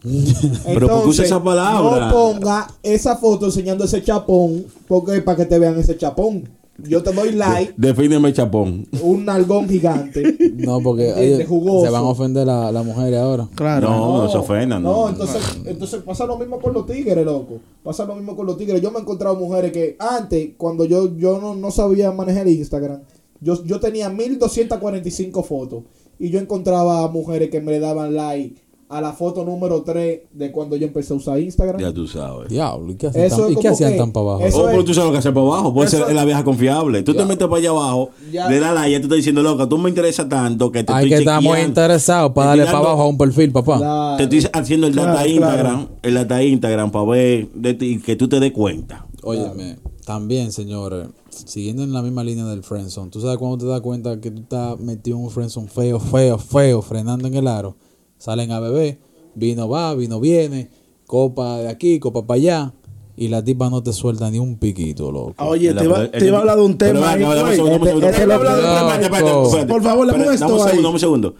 C: Pero ¿por qué usa esa palabra?
B: No ponga esa foto enseñando ese chapón, porque es para que te vean ese chapón. Yo te doy like,
C: Defíneme chapón.
B: un nalgón gigante.
A: No, porque
B: De- de
A: ellos
B: jugoso.
A: se van a ofender la- las mujeres ahora.
D: Claro.
C: No, no se ofendan. No,
B: No, entonces, entonces pasa lo mismo con los tigres, loco. Pasa lo mismo con los tigres. Yo me he encontrado mujeres que antes, cuando yo, yo no, no sabía manejar Instagram, yo, yo tenía 1245 fotos. Y yo encontraba mujeres que me daban like a la foto número 3 de cuando yo empecé a usar Instagram.
C: Ya tú sabes.
A: Diablo, ¿y qué hacían,
B: Eso
A: tan,
B: es
A: ¿y qué
B: como
A: hacían
B: que-
A: tan para abajo?
B: eso
C: o pero
B: es-
C: tú sabes lo que hacer para abajo. Puede
B: eso
C: ser
B: es-
C: la vieja confiable. Tú te metes para allá abajo,
B: Ya.
C: le das la ya te está diciendo, loca, tú me interesa tanto que te
A: Hay
C: estoy
A: que estar muy
C: chequeando,
A: interesado para
C: estoy
A: darle para
C: dando-
A: abajo a un perfil, papá.
B: La-
C: Te estoy haciendo el data
D: Claro,
C: Instagram, el data Instagram para ver de ti, y que tú te des cuenta.
A: Óyeme, también, señores, siguiendo en la misma línea del friendzone, ¿tú sabes cuando te das cuenta que tú estás metido en un friendzone feo, feo, feo, frenando en el aro? Salen a beber, vino va, vino viene, copa de aquí, copa para allá, y la tipa no te suelta ni un piquito, loco.
D: Ah, Oye,
C: La-
D: te iba,
C: el-
D: te iba a hablar de un
C: Pero
D: tema.
C: venga,
D: ahí,
C: dame un
D: güey.
C: segundo, dame un segundo.
D: Este- este es lo que-
A: Espérate, espérate, espérate, espérate.
D: Por favor, dame un
C: Espérate,
D: esto
C: un
D: ahí.
C: segundo, dame un segundo.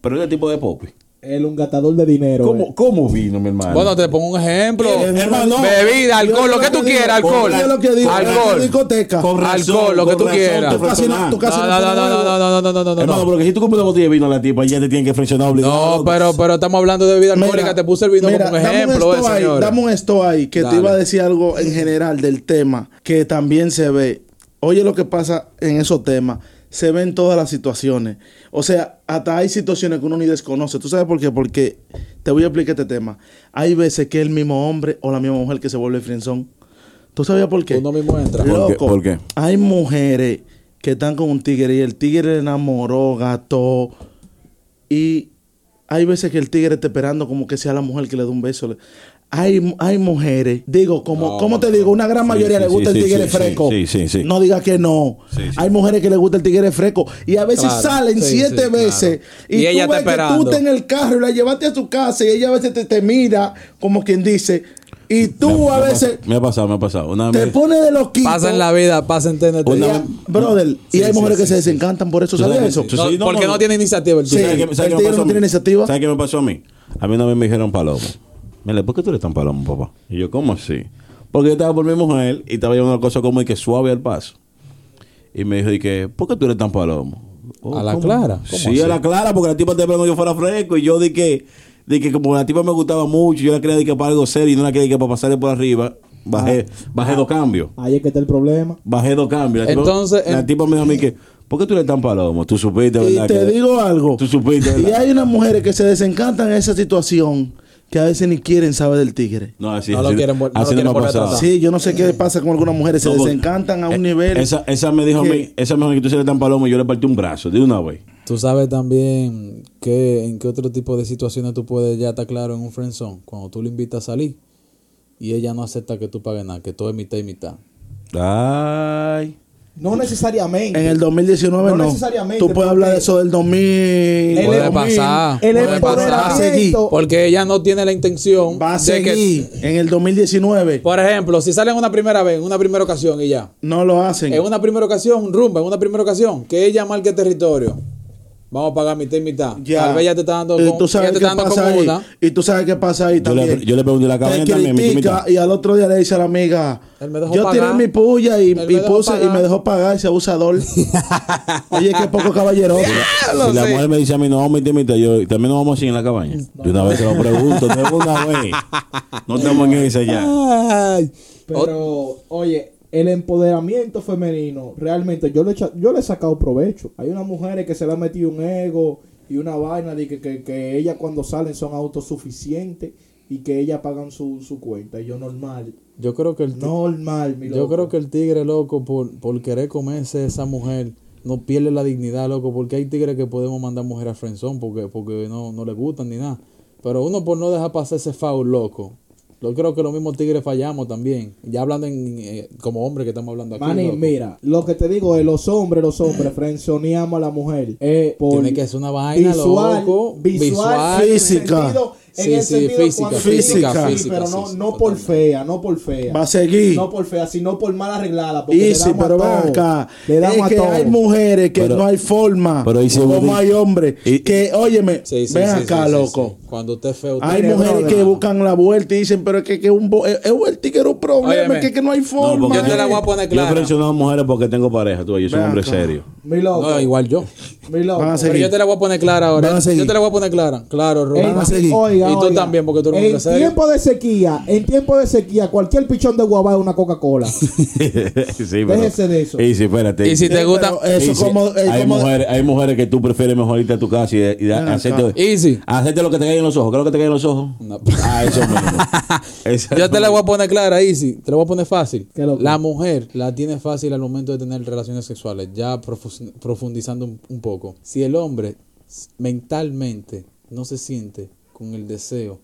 C: Pero ese tipo de popi.
B: el ungatador de dinero. eh.
C: ¿Cómo, ¿Cómo vino, mi hermano?
E: Bueno, te pongo un ejemplo.
D: Eh,
C: hermano,
E: Bebida, alcohol,
D: Yo
E: lo que tú
D: digo,
E: quieras, alcohol.
D: Yo lo que digo, en la
E: Alcohol.
D: discoteca.
C: con razón,
E: alcohol, lo que
C: con
E: tú
C: razón,
E: quieras.
C: te
D: Tú casi no-
C: frenzonaste.
D: tú casi
A: No, no, no, no, no, no, no, no, no, no,
C: Hermano,
A: no.
C: porque si tú compras una botella de vino a la tipa, ya te tienen que frencionar obligado.
E: No, pero, pero estamos hablando de bebida
D: Mira,
E: alcohólica. Te puse el vino
D: mira,
E: como un
D: dame un
E: ejemplo, eh,
D: esto ahí,
E: señores.
D: Dame un esto ahí, que
A: Dale.
D: te iba a decir algo en general del tema, que también se ve. Oye lo que pasa en esos temas. Se ven todas las situaciones. O sea, hasta hay situaciones que uno ni desconoce. ¿Tú sabes por qué? Porque te voy a explicar este tema. Hay veces que el mismo hombre o la misma mujer que se vuelve frienzón. ¿Tú sabías por qué?
A: Uno mismo entra.
C: ¿Por qué?
D: Loco,
C: ¿Por qué?
D: Hay mujeres que están con un tigre y el tigre le enamoró, gato. Y hay veces que el tigre está esperando como que sea la mujer que le dé un beso. Hay, hay mujeres, digo, como,
A: No,
D: ¿cómo te digo? Una gran
C: Sí,
D: mayoría
C: sí,
D: le gusta
C: sí,
D: el
C: sí,
D: tigre
C: sí,
D: fresco.
C: sí, sí, sí.
D: No diga que no.
C: Sí, sí.
D: Hay mujeres que le gusta el tigre fresco. Y a veces
A: Claro,
D: salen
A: sí,
D: siete
A: sí,
D: veces.
A: claro.
E: Y ella está
D: tú ves que tú
E: esperando.
D: estás en el carro y la llevaste a su casa y ella a veces te, te mira como quien dice, Y tú a veces
C: Me ha pasado, me ha pasado. Una
D: te
C: vez-
D: pones de los quitos.
A: Pasa en la vida, pasa en TNT.
C: Una-
D: Ya, Brother, y hay mujeres que se desencantan por eso,
C: Tú
D: ¿sabes
C: sabes-
D: eso?
C: tú
A: No,
C: sí, no,
A: porque
C: no.
A: no, tiene iniciativa el
D: Sí.
A: tipo.
C: ¿Sabes qué-
D: el
C: sabes qué me
D: tigre no
C: pasó a mí?
D: tiene iniciativa.
C: ¿Sabes qué me pasó a mí? A mí una vez me dijeron palomo. Mira, ¿por qué tú eres tan palomo, papá? Y yo, ¿cómo así? Porque yo estaba por mi mujer y estaba llevando una cosa como y que suave al paso. Y me dijo, y que, ¿por qué tú eres tan palomo? Oh,
A: A la clara.
C: Sí, a la clara, porque la tipa te que yo fuera fresco y yo di que, di que como la tipa me gustaba mucho, yo la quería di que para algo serio y no la quería di que para pasarle por arriba, bajé,
A: Ah.
C: bajé dos cambios.
B: Ahí es que está el problema.
C: Bajé dos cambios. La tipa-
A: Entonces,
C: la
A: en-
C: tipa me dijo a mí que, ¿por qué tú eres tan palomo? Tú supiste,
D: Y
C: ¿verdad?
D: te
C: que-
D: digo algo.
C: Tú supiste,
D: Y
C: ¿verdad?
D: hay unas mujeres que se desencantan en esa situación que a veces ni quieren saber del tigre.
C: No, así,
A: No
C: así,
A: lo quieren vol- no lo
C: así no
A: quieren
C: me ha
A: volver a
C: pasado.
A: Ah.
D: Sí, yo no sé qué pasa con algunas mujeres. Se
C: No, porque-
D: desencantan a un
C: eh,
D: nivel.
C: Esa, esa me dijo a mí, esa me dijo que tú eres tan palomo y yo le partí un brazo de una vez.
A: Tú sabes también que, en qué otro tipo de situaciones tú puedes ya estar claro en un friendzone. Cuando tú le invitas a salir y ella no acepta que tú pagues nada, que todo es mitad y mitad.
C: Ay.
B: No necesariamente.
D: En el 2019
B: No
D: no.
B: necesariamente,
D: Tú puedes hablar de
B: porque-
D: eso del 2000.
B: El
A: puede
B: empoder-
A: pasar,
B: El
A: puede pasar.
D: Va a seguir.
B: empoderamiento.
A: Porque ella no tiene la intención
D: Va a
A: de que...
D: seguir. En el 2019
A: Por ejemplo, si salen una primera vez, en una primera ocasión y ya.
D: no lo hacen.
A: En una primera ocasión, rumba, en una primera ocasión, que ella marque territorio. Vamos a pagar mitad y mitad.
D: Ya.
A: Tal vez ella te está dando
D: Y
A: con,
D: tú sabes
A: ella te
D: qué
A: está dando
D: pasa
A: con
D: ahí.
A: una.
D: Y tú sabes qué pasa ahí
C: Yo le-
D: también.
C: yo le pregunté la
D: Te
C: cadena también, mi
D: critica
C: timita.
D: y al otro día le dice a la amiga,
A: Él me dejó
D: yo tiré
A: pagar.
D: mi puya y,
A: Él me
D: y
A: dejó
D: puse y
A: pagar.
D: me dejó pagar ese abusador. Oye, qué poco caballero.
A: lo
C: si la
A: sé.
C: mujer me dice a mí, no, mi timita, yo también nos vamos así en la cabaña. De una vez te lo pregunto, de una vez. No estamos en esa ya.
A: Ay.
B: Pero, oye, el empoderamiento femenino, realmente yo le, he echa- yo le he sacado provecho. Hay unas mujeres que se le ha metido un ego y una vaina de que, que, que ellas cuando salen son autosuficientes y que ellas pagan su, su cuenta. Y yo normal,
A: Yo creo que el ti-
B: normal, mi
A: yo
B: loco.
A: creo que el tigre loco por, por querer comerse esa mujer no pierde la dignidad, loco, porque hay tigres que podemos mandar mujer a frenzón porque porque no no le gustan ni nada. Pero uno por no dejar pasar ese foul, loco. Yo creo que los mismos tigres fallamos también. Ya hablando en, eh, como hombre que estamos hablando aquí.
B: Manny,
A: loco.
B: mira, lo que te digo es los hombres, los hombres, frenzoneamos a la mujer. eh, por
A: Tiene que ser una vaina,
B: visual,
A: loco.
B: Visual,
A: Visual.
D: Física.
B: En el
A: Sí, sí,
B: sentido, en el
A: física,
B: sentido cuando-
D: física,
B: sí,
A: física,
B: pero
A: sí,
B: no,
A: sí,
B: no por
A: totalmente.
B: fea, no por fea.
D: Va a seguir.
B: No por fea, sino por mal arreglada. Porque
D: Y
B: le
D: sí,
B: damos
D: pero
B: a
D: ven
B: todo.
D: acá.
B: Le damos
D: es
B: a
D: que
B: todo.
D: hay mujeres que
C: Pero-
D: no hay forma.
C: pero ahí se
D: como
C: vuelve-
D: hay hombres.
C: y-
D: que, óyeme,
A: Sí, sí,
D: ven
A: sí,
D: acá,
A: sí, sí,
D: loco.
A: sí. Cuando usted es feo, usted
D: Hay
A: es
D: mujeres
A: brother.
D: que buscan la vuelta y dicen, pero es que, que un bo- es, es el tigre un problema,
A: Óyeme.
D: es que, que no hay
C: No,
D: forma.
C: porque
A: Yo te la voy a poner
C: Yo he
A: clara.
C: presionado mujeres porque tengo pareja, tú, yo soy un hombre serio.
B: Mi loco.
A: No, igual yo.
B: Mi loco.
D: Van a ser-
A: Pero
D: Seguir.
A: yo te la voy a poner clara
D: Van
A: ahora.
D: a seguir.
A: Yo te la voy a poner clara. Claro,
B: Ey,
A: Rubén.
D: Van a seguir.
B: oiga,
A: Y tú
B: oiga.
A: también, porque tú eres un hombre
B: En
A: serio.
B: tiempo de sequía, en tiempo de sequía, cualquier pichón de guava es una Coca-Cola.
C: sí, pero-
B: Déjese de eso.
C: Y sí, espérate.
A: Y si te gusta.
D: pero eso
C: Easy.
D: como, eh,
C: hay,
D: como-
C: mujeres, hay mujeres que tú prefieres mejor irte a tu casa y, y da-
D: Ah,
C: hacerte,
A: Easy.
C: hacerte lo que te caiga en los ojos. ¿Qué es lo que te caiga en los ojos?
A: No.
C: Ah, eso mismo. Eso
A: Yo te la
C: mismo.
A: voy a poner clara, Easy. Te la voy a poner fácil.
B: Qué loco.
A: La mujer la tiene fácil al momento de tener relaciones sexuales. Ya profus- profundizando un, un poco. Si el hombre s- mentalmente no se siente con el deseo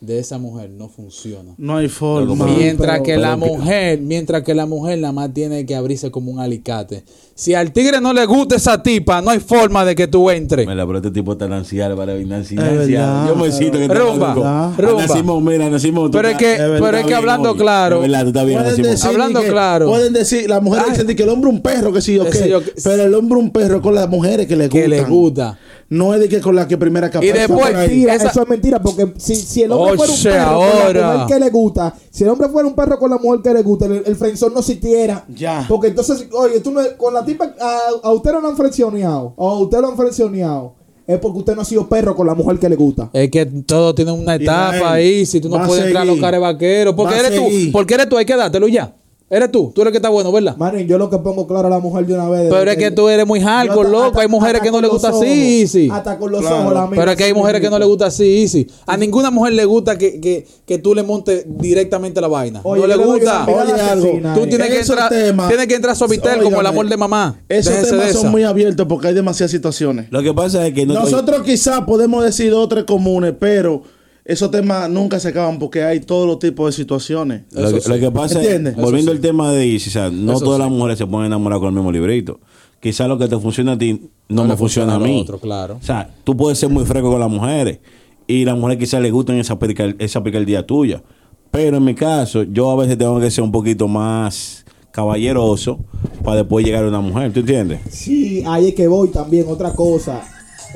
A: de esa mujer, no funciona.
D: No hay forma.
C: Pero-
A: Mientras
B: pero-
A: que la
C: pero que-
A: mujer, mientras que la mujer nada más tiene que abrirse como un alicate. Si al tigre no le gusta esa tipa, no hay forma de que tú entres.
C: Mira, pero este tipo está Nancy Álvarez, Nancy,
D: Es
C: Nancy
D: verdad.
C: Álvarez. Yo me siento que está
A: Rumba,
C: loco.
A: rumba.
C: Nacimos, mira, nacimos.
A: Pero es que- pero es que hablando claro-
C: Es verdad, tú estás bien,
D: Pueden
C: Nacimos.
D: decir
A: Hablando
D: ni que-
A: claro.
D: Pueden decir, las mujeres
A: Ay.
D: dicen que el hombre un perro, que sí, yo
A: Ese
D: qué.
A: yo que-
D: Pero el hombre un perro es con las mujeres que les
A: Que
D: gustan.
A: les gusta.
D: No es de que con la que primera capaz.
A: Y después-
D: por ahí.
B: Mentira,
A: esa-
B: Eso es mentira, porque si, si el hombre
A: O
B: fuera un
A: sea,
B: perro con la
A: ahora.
B: mujer que le gusta, si el hombre fuera un perro con la mujer que le gusta, el, el frenzón no existiera.
D: Ya.
B: Porque entonces, oye, tú no, con la tipa, a, a usted no lo han frenzoneado, o a usted lo han frenzoneado, es porque usted no ha sido perro con la mujer que le gusta.
A: Es que todo tiene una etapa
D: Israel,
A: ahí. Si tú
D: va
A: no
D: a
A: puedes entrar a los
D: seguir.
A: cares vaqueros, porque
D: Va a
A: eres
D: seguir.
A: tú. Porque eres tú, hay que dártelo y ya. Eres tú, tú eres el que está bueno, ¿verdad?
B: Manín, yo lo que pongo claro a la mujer de una vez. desde
A: Pero es que tú eres muy
B: Yo
A: hardcore,
B: hasta-
A: loco. Hay
B: hasta-
A: mujeres
B: hasta
A: que no
B: con
A: le
B: los
A: gusta
B: ojos.
A: así, sí.
B: Hasta con los
D: Claro.
B: ojos la mira
A: Pero es que hay
B: así
A: mujeres que no
B: mismo.
A: le gusta así, sí. A ninguna mujer le gusta que, que, que tú le montes directamente la vaina.
B: Oye,
A: no le
B: yo doy
A: gusta.
B: una
D: Oye,
B: mirada
D: algo.
B: asesina,
A: Tú
B: eh.
A: tienes que
D: Esos
A: entrar,
D: temas-
A: tienes que entrar suavitel como el
D: Óigame,
A: amor de mamá.
D: Esos
A: Déjese
D: temas
A: de
D: son
A: esa.
D: muy abiertos porque hay demasiadas situaciones.
C: Lo que pasa es que no
D: Nosotros quizás podemos decir dos o tres comunes, pero esos temas nunca se acaban porque hay todos los tipos de situaciones.
C: Lo que, lo que pasa
D: ¿Entiendes?
C: es, volviendo al tema de Isis, o sea, no
A: Eso
C: todas
A: sí.
C: las mujeres se pueden enamorar con el mismo librito. Quizás lo que te funciona a ti no,
A: No
C: me
A: le
C: funciona,
A: funciona
C: a
A: al
C: mí.
A: otro, claro.
C: O sea, tú puedes ser muy fresco con las mujeres y las mujeres quizás les gusten esa, perical- esa picardía tuya. Pero en mi caso, yo a veces tengo que ser un poquito más caballeroso para después llegar a una mujer, ¿tú entiendes?
B: Sí, ahí es que voy también. Otra cosa,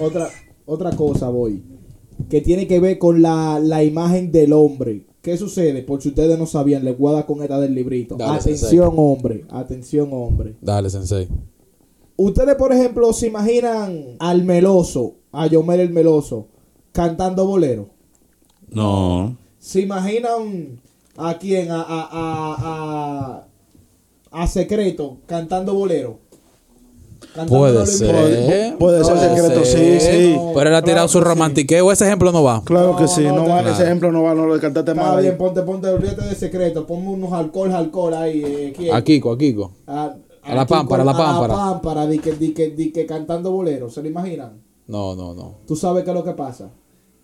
B: otra, otra cosa voy. Que tiene que ver con la, la imagen del hombre. ¿Qué sucede? Por si ustedes no sabían, les guada con esta del librito.
A: Dale,
B: atención, hombre. Atención, hombre.
A: Dale, sensei.
B: Ustedes, por ejemplo, se imaginan al meloso, a Yomel el meloso, cantando bolero.
C: No.
B: ¿Se imaginan a quién? A, a, a, a, a Secreto cantando bolero. Cantando
A: Puede
B: lo
A: ser.
B: mismo.
D: puede ser secreto, sí, sí.
A: Pero él ha tirado su romantiqueo. Ese ejemplo no va.
D: Claro que
B: No,
D: sí,
B: no,
D: no,
B: no,
D: vale,
A: claro.
D: ese ejemplo no vale, no lo descartaste
B: Está
D: mal. ahí.
B: bien, ponte, ponte, olvídate de secreto. Ponme unos alcohol, alcohol ahí. eh, ¿quién?
A: A Kiko, a Kiko.
B: A,
A: a la pámpara, a la pámpara.
B: A la pámpara, di que, di que, di que cantando bolero. ¿Se lo imaginan?
A: No, no, no.
B: Tú sabes qué es lo que pasa.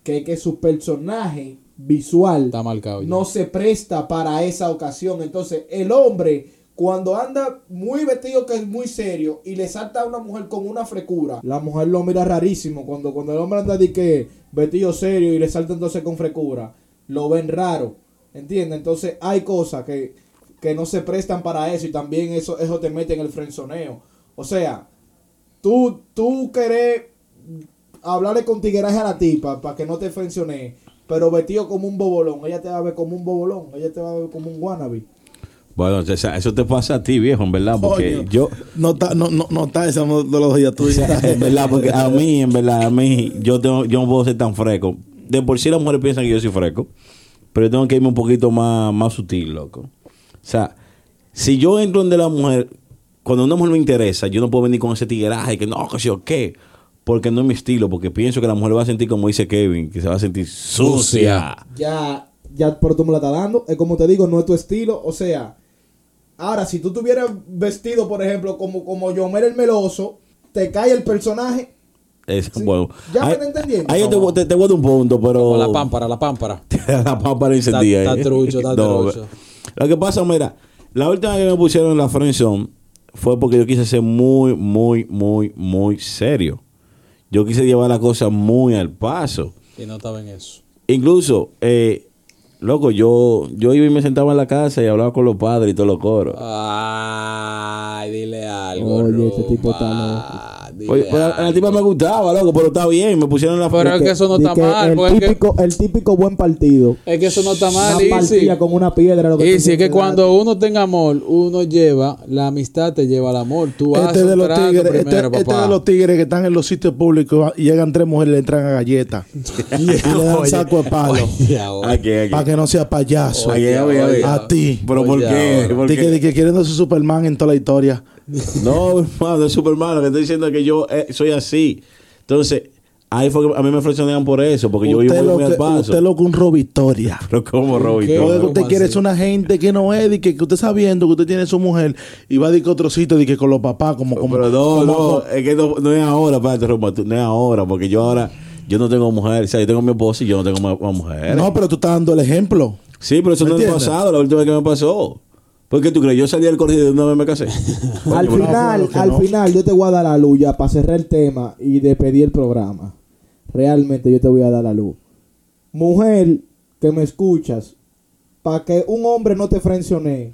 B: Que, que su personaje visual
A: Está marcado. ya.
B: no se presta para esa ocasión. Entonces, el hombre, cuando anda muy vestido, que es muy serio, y le salta a una mujer con una frecura, la mujer lo mira rarísimo. Cuando, cuando el hombre anda de que vestido serio y le salta entonces con frecura, lo ven raro. ¿Entiendes? Entonces, hay cosas que, que no se prestan para eso y también eso, eso te mete en el frenzoneo. O sea, tú, tú querés hablarle con tigueraje a la tipa para que no te frenzone, pero vestido como un bobolón, ella te va a ver como un bobolón, ella te va a ver como un wannabe.
C: Bueno, esa- eso te pasa a ti, viejo, en verdad, porque
D: Coño.
C: yo...
D: pues, No está, no, no, no está esa metodología tuya.
C: En verdad, porque a mí, en verdad, a mí, yo, tengo, yo no puedo ser tan fresco. De por sí las mujeres piensan que yo soy fresco, pero yo tengo que irme un poquito más, más sutil, loco. O sea, si yo entro donde la mujer, cuando una mujer me interesa, yo no puedo venir con ese tigueraje que no, que sé yo qué, porque no es mi estilo, porque pienso que la mujer va a sentir como dice Kevin, que se va a sentir sucia.
B: Ya, ya, pero tú me la estás dando, es como te digo, no es tu estilo, o sea, ahora si tú tuvieras vestido, por ejemplo, como, como Yomer el Meloso, te cae el personaje,
C: Es- bueno,
B: Ya me
C: ahí-
B: está entendiendo.
C: Ahí yo te, voy- te, te voy a dar un punto, pero...
A: Como la pámpara, la pámpara.
C: la papa encendida.
A: Está- está
C: eh.
A: trucho, está
C: No,
A: trucho.
C: Lo que pasa, mira, la última que me pusieron en la friendzone fue porque yo quise ser muy, muy, muy, muy serio. Yo quise llevar la cosa muy al paso.
A: Y no estaba en eso.
C: Incluso, eh, loco, yo, yo iba y me sentaba en la casa y hablaba con los padres y todos los coros.
A: Ah, Ay, dile algo.
B: Oye, este tipo está
A: Rumba. Dile
C: Oye, pero eh, a la
A: algo.
C: tipa me gustaba, loco, pero está bien, me pusieron en la
A: Pero es que eso no está mal. porque es que-
B: el típico buen partido.
A: Es que eso no está mal,
B: una
A: Easy.
B: partida con una piedra. Lo que
A: Easy,
B: tú
A: es que
B: quieras.
A: cuando uno tenga amor, uno lleva, la amistad te lleva al amor. Tú haces
D: Este es de
A: un
D: los
A: trato
D: tigres, este,
A: primero,
D: este
A: papá.
D: de los tigres que están en los sitios públicos y llegan tres mujeres y le entran a galletas. y le dan saco de palo.
A: Ya, oye.
C: Aquí, aquí.
D: Para que no sea payaso.
C: Oye, oye, oye.
D: A ti.
C: Pero ¿por
A: Oye,
C: qué?
A: ahora.
C: ¿Por
D: Di
C: qué?
D: que, di que queriendo ser Superman en toda la historia.
C: No, hermano, no es Superman. Lo que estoy diciendo es que yo eh, soy así. Entonces, ahí fue que a mí me flexionaban por eso, porque yo
D: usted,
C: vivo
D: lo
C: muy al
D: que,
C: paso.
D: usted lo que un robitoria.
C: Pero como
A: ¿Qué?
C: Robito.
D: Lo que
A: ¿Cómo
D: usted quiere es una gente que no es, di que, que usted sabiendo que usted tiene su mujer y va de que otro sitio, di que con los papás, como, como,
C: Pero no,
D: como-
C: no, es que no, no es ahora, espérate, Roma, tú- no es ahora, porque yo ahora, yo no tengo mujer, o sea, yo tengo mi esposa y yo no tengo más, más mujeres.
D: No, pero tú estás dando el ejemplo.
C: Sí, pero eso
D: ¿Me
C: no es
D: entiendes?
C: pasado, la última vez que me pasó. ¿Por qué tú crees? Yo salí del corrido de una vez me casé.
B: Al
D: Oye,
B: final,
D: bueno, que
B: al
D: no.
B: final yo te voy a dar la luz ya para cerrar el tema y despedir el programa. Realmente yo te voy a dar la luz. Mujer que me escuchas, para que un hombre no te frenzone,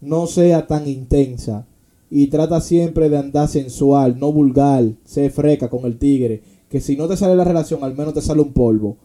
B: no sea tan intensa y trata siempre de andar sensual, no vulgar, sé freca con el tigre, que si no te sale la relación, al menos te sale un polvo.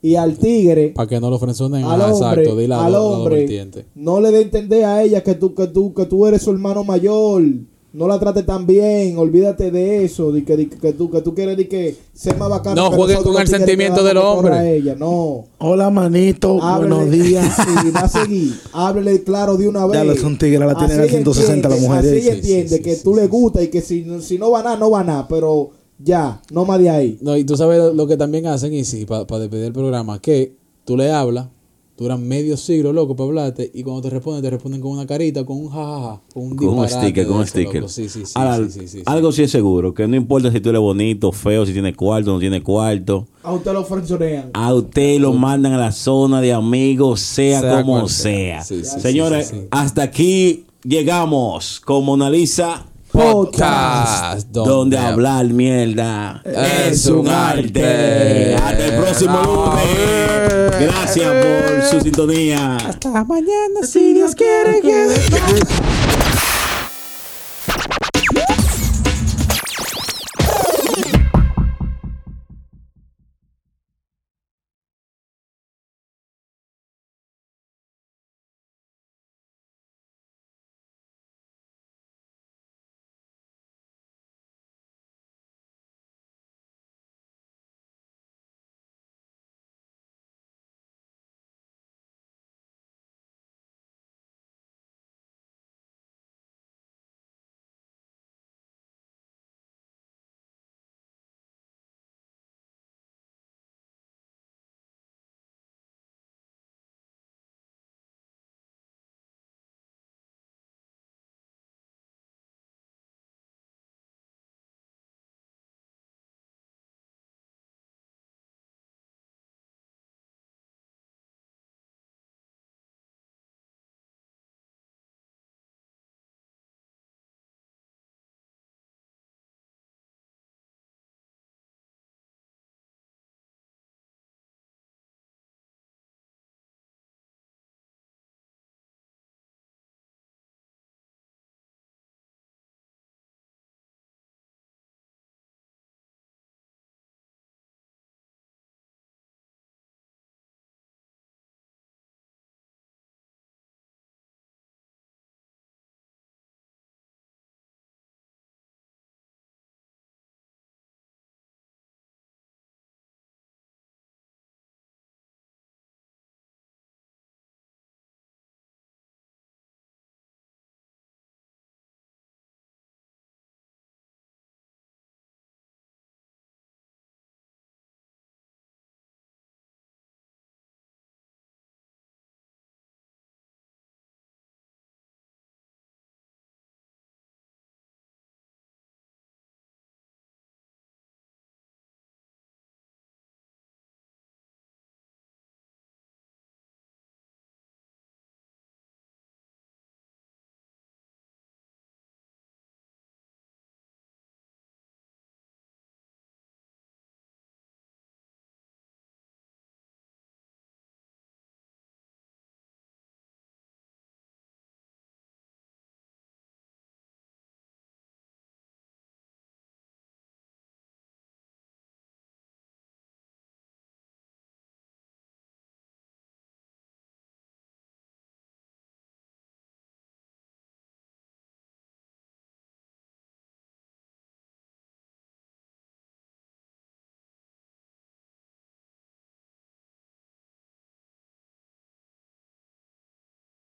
B: Y al tigre
A: Para que no lo frenzonen.
B: al
A: Ah,
B: hombre,
A: exacto, dile a
B: al
A: los- a los
B: hombre,
A: vertientes.
B: no le dé a entender a ella que tú, que tú, que tú eres su hermano mayor. No la trates tan bien, olvídate de eso, de que, de que- que tú, que tú quieres de que ser más bacano.
A: No
B: que
A: jueguen
B: nosotros,
A: con el
B: los tigres,
A: sentimiento
B: que le
A: del
B: damos
A: hombre.
B: corra a ella, no.
D: Hola, manito.
B: Háblele-
D: Oh, Buenos días.
B: Sí, va a seguir. Háblele claro de una vez.
D: Ya lo son tigres, la tienen
B: Así
D: a
B: ella
D: 160 la
B: entiende,
D: mujer,
B: Así
D: eh.
B: ella
D: Sí,
B: entiende que tú le gusta y que si, no- si no va nada, no va nada, pero ya, no más de ahí.
A: No, y tú sabes lo- lo que también hacen, y sí, para despedir el programa, que tú le hablas, duran medio siglo, loco, para hablarte, y cuando te responden, te responden con una carita, con un jajaja, con un
C: Con un
A: disparate
C: sticker,
A: de
C: con un
A: eso,
C: sticker.
A: loco. Sí, sí, sí,
C: Ahora,
A: sí, sí, sí, sí.
C: Algo sí es seguro, que no importa si tú eres bonito, feo, si tienes cuarto, no tienes cuarto.
B: A usted lo frenzonean.
C: A usted lo mandan a la zona de amigos, sea,
A: Sea
C: como
A: cual
C: sea.
A: sea. Sí, sí,
C: Señores,
A: sí, sí, sí.
C: hasta aquí llegamos con Mona Lisa
A: Podcast,
C: donde, hablar mierda
A: es un arte.
C: Hasta el próximo lunes.
F: Gracias por su sintonía.
C: Hasta mañana, si Dios quiere que